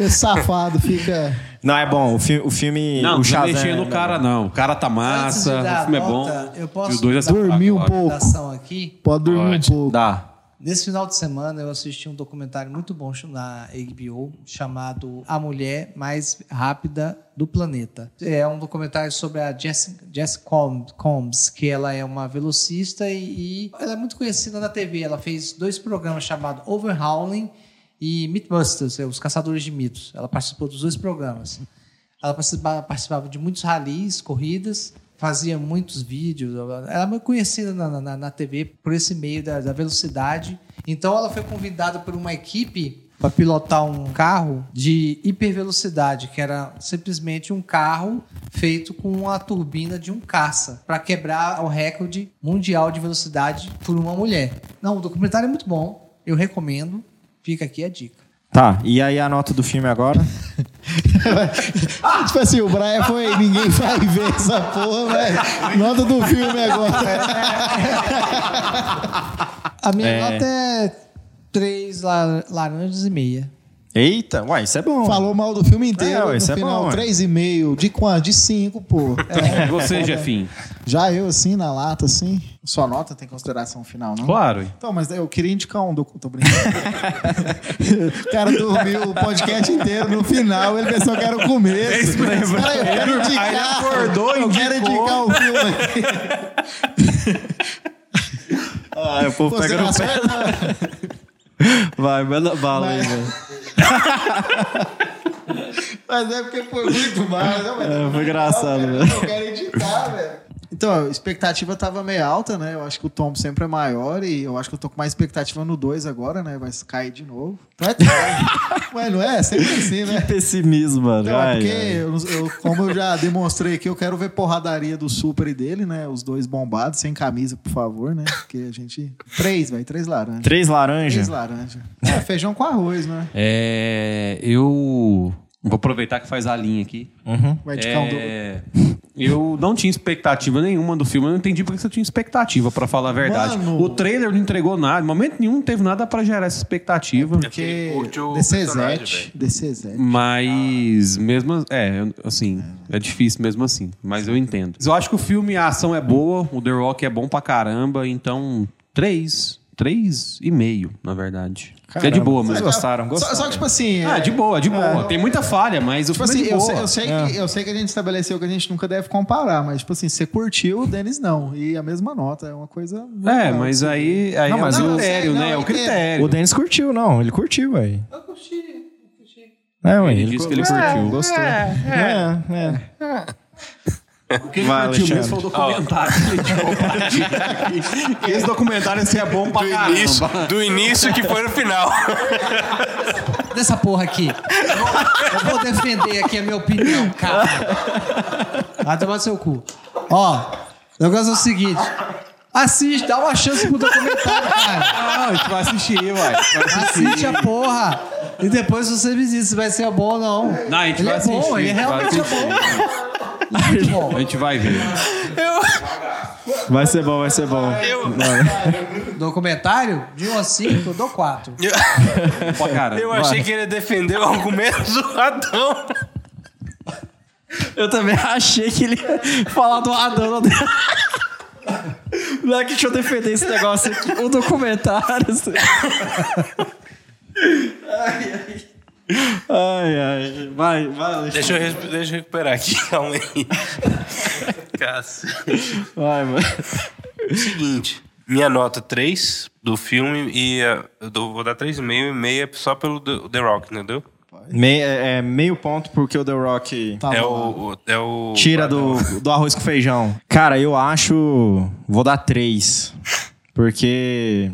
[SPEAKER 8] Esse safado fica.
[SPEAKER 5] Não, é bom. O, fi- o filme.
[SPEAKER 7] Não,
[SPEAKER 5] o
[SPEAKER 7] não tá
[SPEAKER 5] Shazam
[SPEAKER 7] mexendo
[SPEAKER 5] é
[SPEAKER 7] no cara, não. O cara tá massa,
[SPEAKER 9] Antes de dar
[SPEAKER 7] o filme é
[SPEAKER 9] a
[SPEAKER 7] bom.
[SPEAKER 9] nota, eu
[SPEAKER 7] e
[SPEAKER 9] posso
[SPEAKER 7] os dois é
[SPEAKER 9] dar-
[SPEAKER 7] fraco,
[SPEAKER 8] Dormiu um
[SPEAKER 7] eu acho.
[SPEAKER 8] pouco.
[SPEAKER 9] Ação aqui.
[SPEAKER 8] Pode dormir um pouco.
[SPEAKER 7] Dá.
[SPEAKER 9] Nesse final de semana eu assisti um documentário muito bom na HBO chamado A Mulher Mais Rápida do Planeta. É um documentário sobre a Jess, Jess Com- Combs, que ela é uma velocista e, e ela é muito conhecida na TV. Ela fez dois programas chamados Overhauling e Mythbusters, é, Os Caçadores de Mitos. Ela participou dos dois programas. Ela participa- participava de muitos ralis, corridas, fazia muitos vídeos. Ela era muito conhecida na, na, na TV por esse meio da, da velocidade. Então ela foi convidada por uma equipe para pilotar um carro de hipervelocidade, que era simplesmente um carro feito com a turbina de um caça, para quebrar o recorde mundial de velocidade por uma mulher. Não, o documentário é muito bom, eu recomendo. Fica aqui a dica.
[SPEAKER 5] Tá, e aí a nota do filme agora?
[SPEAKER 8] tipo assim, o Brian foi. Ninguém vai ver essa porra, velho. Nota do filme agora.
[SPEAKER 9] A minha
[SPEAKER 5] É.
[SPEAKER 9] nota é três la- laranjas e meia.
[SPEAKER 5] Eita, uai, isso é bom.
[SPEAKER 8] Falou mal do filme inteiro.
[SPEAKER 5] É, ué,
[SPEAKER 8] no
[SPEAKER 5] isso é
[SPEAKER 8] final,
[SPEAKER 5] bom, ué.
[SPEAKER 8] 3,5. De quanto? De 5, pô. É,
[SPEAKER 7] E você, Jefim?
[SPEAKER 8] já eu, assim, na lata, assim. Sua nota tem consideração final, não?
[SPEAKER 7] Claro.
[SPEAKER 8] Então, mas eu queria indicar um docu... Tô brincando. o cara dormiu o podcast inteiro. No final, ele pensou que era o começo. Peraí, eu quero indicar.
[SPEAKER 7] Aí ele acordou e
[SPEAKER 8] Eu quero
[SPEAKER 7] indicou.
[SPEAKER 8] indicar o filme.
[SPEAKER 5] Ah, o povo pega no
[SPEAKER 8] Consideração
[SPEAKER 5] pé. Vai, manda bala aí,
[SPEAKER 8] Vai.
[SPEAKER 5] velho.
[SPEAKER 8] Mas é porque foi muito mal. Não, mas
[SPEAKER 5] É, foi engraçado,
[SPEAKER 8] Eu
[SPEAKER 5] velho.
[SPEAKER 8] quero- Eu quero editar, velho. Então, a expectativa tava meio alta, né? Eu acho que o tom sempre é maior e eu acho que eu tô com mais expectativa no 2 agora, né? Vai cair de novo. Não é tão- Ué, não é? Sempre assim, né?
[SPEAKER 5] Tá Pessimismo, mano.
[SPEAKER 8] Então, é
[SPEAKER 5] Ai,
[SPEAKER 8] porque,
[SPEAKER 5] ai.
[SPEAKER 8] eu, não- eu- como eu já demonstrei aqui, eu quero ver porradaria do Super e dele, né? Os dois bombados, sem camisa, por favor, né? Porque a gente. Três, velho, três laranjas.
[SPEAKER 5] Três né? laranjas.
[SPEAKER 8] Três laranjas. É, feijão com arroz, né?
[SPEAKER 7] É, eu vou aproveitar que faz a linha aqui.
[SPEAKER 8] Vai de caldo.
[SPEAKER 7] É, eu não tinha expectativa nenhuma do filme. Eu não entendi porque você tinha expectativa, pra falar a verdade.
[SPEAKER 8] Mano.
[SPEAKER 7] O trailer não entregou nada. Em momento nenhum não teve nada pra gerar essa expectativa.
[SPEAKER 8] Porque
[SPEAKER 6] Ele curte o
[SPEAKER 8] DCZ,
[SPEAKER 6] personagem,
[SPEAKER 8] DCZ.
[SPEAKER 7] Mas mesmo é, eu- assim, é difícil mesmo assim, mas eu entendo. Eu acho que o filme a ação é boa, o The Rock é bom pra caramba, então três, três e meio, na verdade. é de boa,
[SPEAKER 5] vocês
[SPEAKER 7] mas
[SPEAKER 5] gostaram,
[SPEAKER 8] Só,
[SPEAKER 5] gostaram.
[SPEAKER 8] só que, tipo assim.
[SPEAKER 7] Ah, é de boa, é de boa. Tem muita falha, mas o
[SPEAKER 8] Tipo assim,
[SPEAKER 7] filme é de
[SPEAKER 8] eu
[SPEAKER 7] boa.
[SPEAKER 8] sei, eu, sei que, eu sei que a gente estabeleceu que a gente nunca deve comparar, mas, tipo assim, você curtiu, o Denis não. E a mesma nota, é uma coisa.
[SPEAKER 7] É,
[SPEAKER 8] legal.
[SPEAKER 7] mas aí, aí
[SPEAKER 5] Não, mas
[SPEAKER 7] é o
[SPEAKER 5] eu-
[SPEAKER 7] critério,
[SPEAKER 8] Não,
[SPEAKER 7] né? É
[SPEAKER 8] eu
[SPEAKER 7] o
[SPEAKER 8] entendo.
[SPEAKER 7] critério.
[SPEAKER 5] O Denis curtiu, não. Ele curtiu, velho. Eu curti, eu curti. É, ué,
[SPEAKER 7] Ele disse que ele
[SPEAKER 5] gostou,
[SPEAKER 7] curtiu.
[SPEAKER 5] Gostou. É, é.
[SPEAKER 7] O que
[SPEAKER 5] Vai,
[SPEAKER 7] curtiu mesmo foi o
[SPEAKER 5] Alexandre.
[SPEAKER 7] documentário. Esse documentário esse é bom pra
[SPEAKER 6] Do
[SPEAKER 7] caramba.
[SPEAKER 6] início, do início que foi no final.
[SPEAKER 9] Dessa porra aqui. Eu vou defender aqui a minha opinião, cara. Vai tomar no seu cu. Ó, o negócio é o seguinte. Assiste, dá uma chance pro documentário, cara.
[SPEAKER 7] Não, a gente vai assistir, vai. Vai assistir.
[SPEAKER 9] Assiste a porra. E depois você me diz se vai ser bom ou não.
[SPEAKER 7] Não, a gente
[SPEAKER 9] ele
[SPEAKER 7] vai
[SPEAKER 9] é
[SPEAKER 7] assistir.
[SPEAKER 9] bom, ele
[SPEAKER 7] vai
[SPEAKER 9] realmente é
[SPEAKER 7] assistir.
[SPEAKER 9] bom.
[SPEAKER 7] A gente vai ver.
[SPEAKER 5] Vai ser bom, vai ser bom.
[SPEAKER 9] Documentário? De 1 a 5, eu dou 4.
[SPEAKER 7] Pô, cara,
[SPEAKER 6] Eu
[SPEAKER 7] vai.
[SPEAKER 6] achei que ele defendeu algo menos zoadão.
[SPEAKER 5] Eu também achei que ele ia falar do Adão. Não é que deixa eu defender esse negócio aqui. O documentário. assim. Ai, ai. Vai, vai, Alexandre.
[SPEAKER 6] Deixa eu, res- deixa eu recuperar aqui, calma aí. Cacete.
[SPEAKER 5] Vai, mano.
[SPEAKER 6] Seguinte, minha nota 3 do filme e eh, eu dou- vou dar 3,5 e meia só pelo The The Rock, entendeu?
[SPEAKER 5] Meio, é, é meio ponto porque o The Rock
[SPEAKER 9] Tá
[SPEAKER 8] Tá
[SPEAKER 6] é, o, o- é o.
[SPEAKER 5] tira do, do arroz com feijão. Cara, eu acho. Vou dar três. Porque.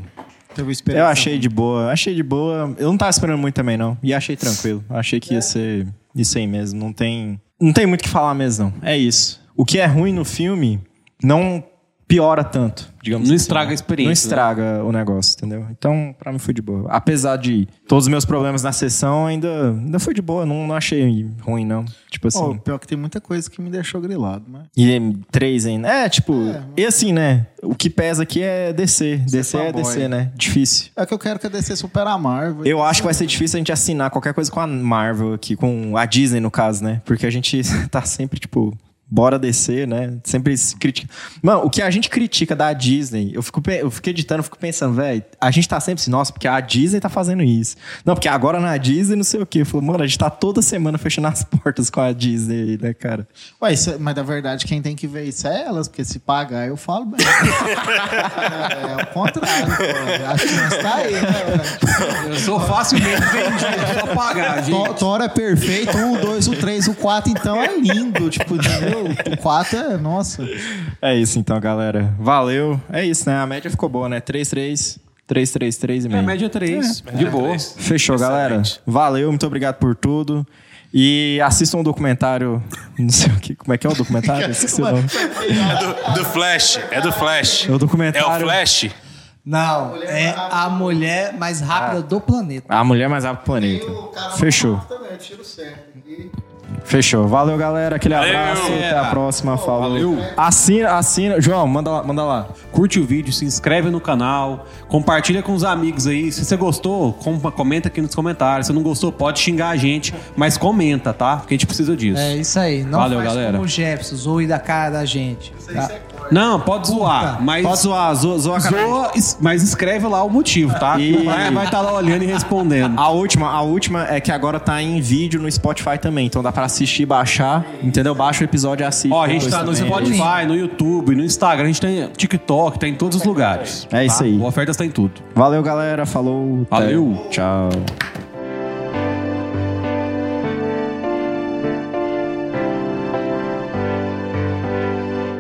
[SPEAKER 8] Teve
[SPEAKER 5] Eu
[SPEAKER 8] esperança.
[SPEAKER 5] achei de boa. Achei de boa. Eu não tava esperando muito também, não. E achei tranquilo. Achei
[SPEAKER 8] É.
[SPEAKER 5] que ia ser isso aí mesmo. Não tem. Não tem muito o que falar mesmo, não. É isso. O que é ruim no filme não piora tanto, digamos
[SPEAKER 7] Não
[SPEAKER 5] assim.
[SPEAKER 7] estraga a experiência,
[SPEAKER 5] Não
[SPEAKER 7] né?
[SPEAKER 5] estraga o negócio, entendeu? Então, pra mim foi de boa. Apesar de todos os meus problemas na sessão, ainda, ainda foi de boa. Não, não achei ruim, não. Tipo assim.
[SPEAKER 8] Pô, pior que tem muita coisa que me deixou grilado, né?
[SPEAKER 5] E três ainda. É, tipo, e assim, né? O que pesa aqui é descer. Descer é
[SPEAKER 8] fanboy.
[SPEAKER 5] descer, né? Difícil.
[SPEAKER 8] É que eu quero que a DC supera a Marvel.
[SPEAKER 5] Eu acho que vai ser difícil a gente assinar qualquer coisa com a Marvel aqui, com a Disney, no caso, né? Porque a gente tá sempre, tipo, bora descer, né? Sempre se critica. Mano, o que a gente critica da Disney, eu fico, pe- eu fico editando, eu fico pensando, velho, a gente tá sempre assim, nossa, porque a Disney tá fazendo isso. Não, porque agora na Disney não sei o quê. Eu falo, mano, a gente tá toda semana fechando as portas com a Disney aí, né, cara?
[SPEAKER 8] Ué, isso- é- mas na verdade quem tem que ver isso é elas, porque se pagar eu falo bem. é, é o contrário, pô. A chance tá aí, né?
[SPEAKER 7] Eu sou facilmente vendido pra pagar, gente.
[SPEAKER 8] To- Thor é perfeito, um, dois, o três, o quatro, então é lindo. Tipo, entendeu? O quatro é, nossa.
[SPEAKER 5] É isso então, galera. Valeu. É isso, né? A média ficou boa, né? 3-3, 3-3-3 e
[SPEAKER 7] É
[SPEAKER 5] meio.
[SPEAKER 7] média 3,
[SPEAKER 5] é
[SPEAKER 7] de boa.
[SPEAKER 5] Fechou, galera. Valeu, muito obrigado por tudo. E assistam um documentário. Não sei o que. Como é que é o documentário? Esqueci o nome.
[SPEAKER 6] É Do, do Flash. É do Flash.
[SPEAKER 5] É o
[SPEAKER 6] É o
[SPEAKER 5] documentário.
[SPEAKER 6] Flash?
[SPEAKER 9] Não, é a mulher mais
[SPEAKER 8] Ah.
[SPEAKER 9] rápida do planeta.
[SPEAKER 5] A mulher mais rápida do planeta. Fechou.
[SPEAKER 8] Também, tiro certo.
[SPEAKER 5] Fechou. Valeu, galera. Aquele
[SPEAKER 6] Valeu.
[SPEAKER 5] abraço. Até a próxima. Falou.
[SPEAKER 7] Valeu.
[SPEAKER 5] Assina, assina. João, manda lá, manda lá.
[SPEAKER 7] Curte o vídeo, se inscreve no canal, compartilha com os amigos aí. Se você gostou, com- comenta aqui nos comentários. Se não gostou, pode xingar a gente, mas comenta, tá? Porque a gente precisa disso.
[SPEAKER 9] É isso aí. Não
[SPEAKER 7] Valeu,
[SPEAKER 9] faz
[SPEAKER 7] galera.
[SPEAKER 9] como o Jefferson, zoe da cara da gente. tá?
[SPEAKER 7] Não, pode zoar, mas
[SPEAKER 5] Pode zoar, zoa, zoa a cara.
[SPEAKER 7] zoa, es- mas escreve lá o motivo, tá?
[SPEAKER 5] E-
[SPEAKER 7] Vai estar lá olhando e respondendo.
[SPEAKER 5] A última, a última é que agora tá em vídeo no Spotify também, então dá pra assistir e baixar, entendeu? Baixa o episódio e assiste.
[SPEAKER 7] Ó, a gente
[SPEAKER 5] depois
[SPEAKER 7] tá no
[SPEAKER 5] também.
[SPEAKER 7] Spotify, no YouTube, no Instagram, a gente tem TikTok, tá em todos os lugares.
[SPEAKER 5] É isso aí.
[SPEAKER 7] O Ofertas tá em tudo.
[SPEAKER 5] Valeu, galera. Falou.
[SPEAKER 7] Tá. Valeu.
[SPEAKER 5] Tchau.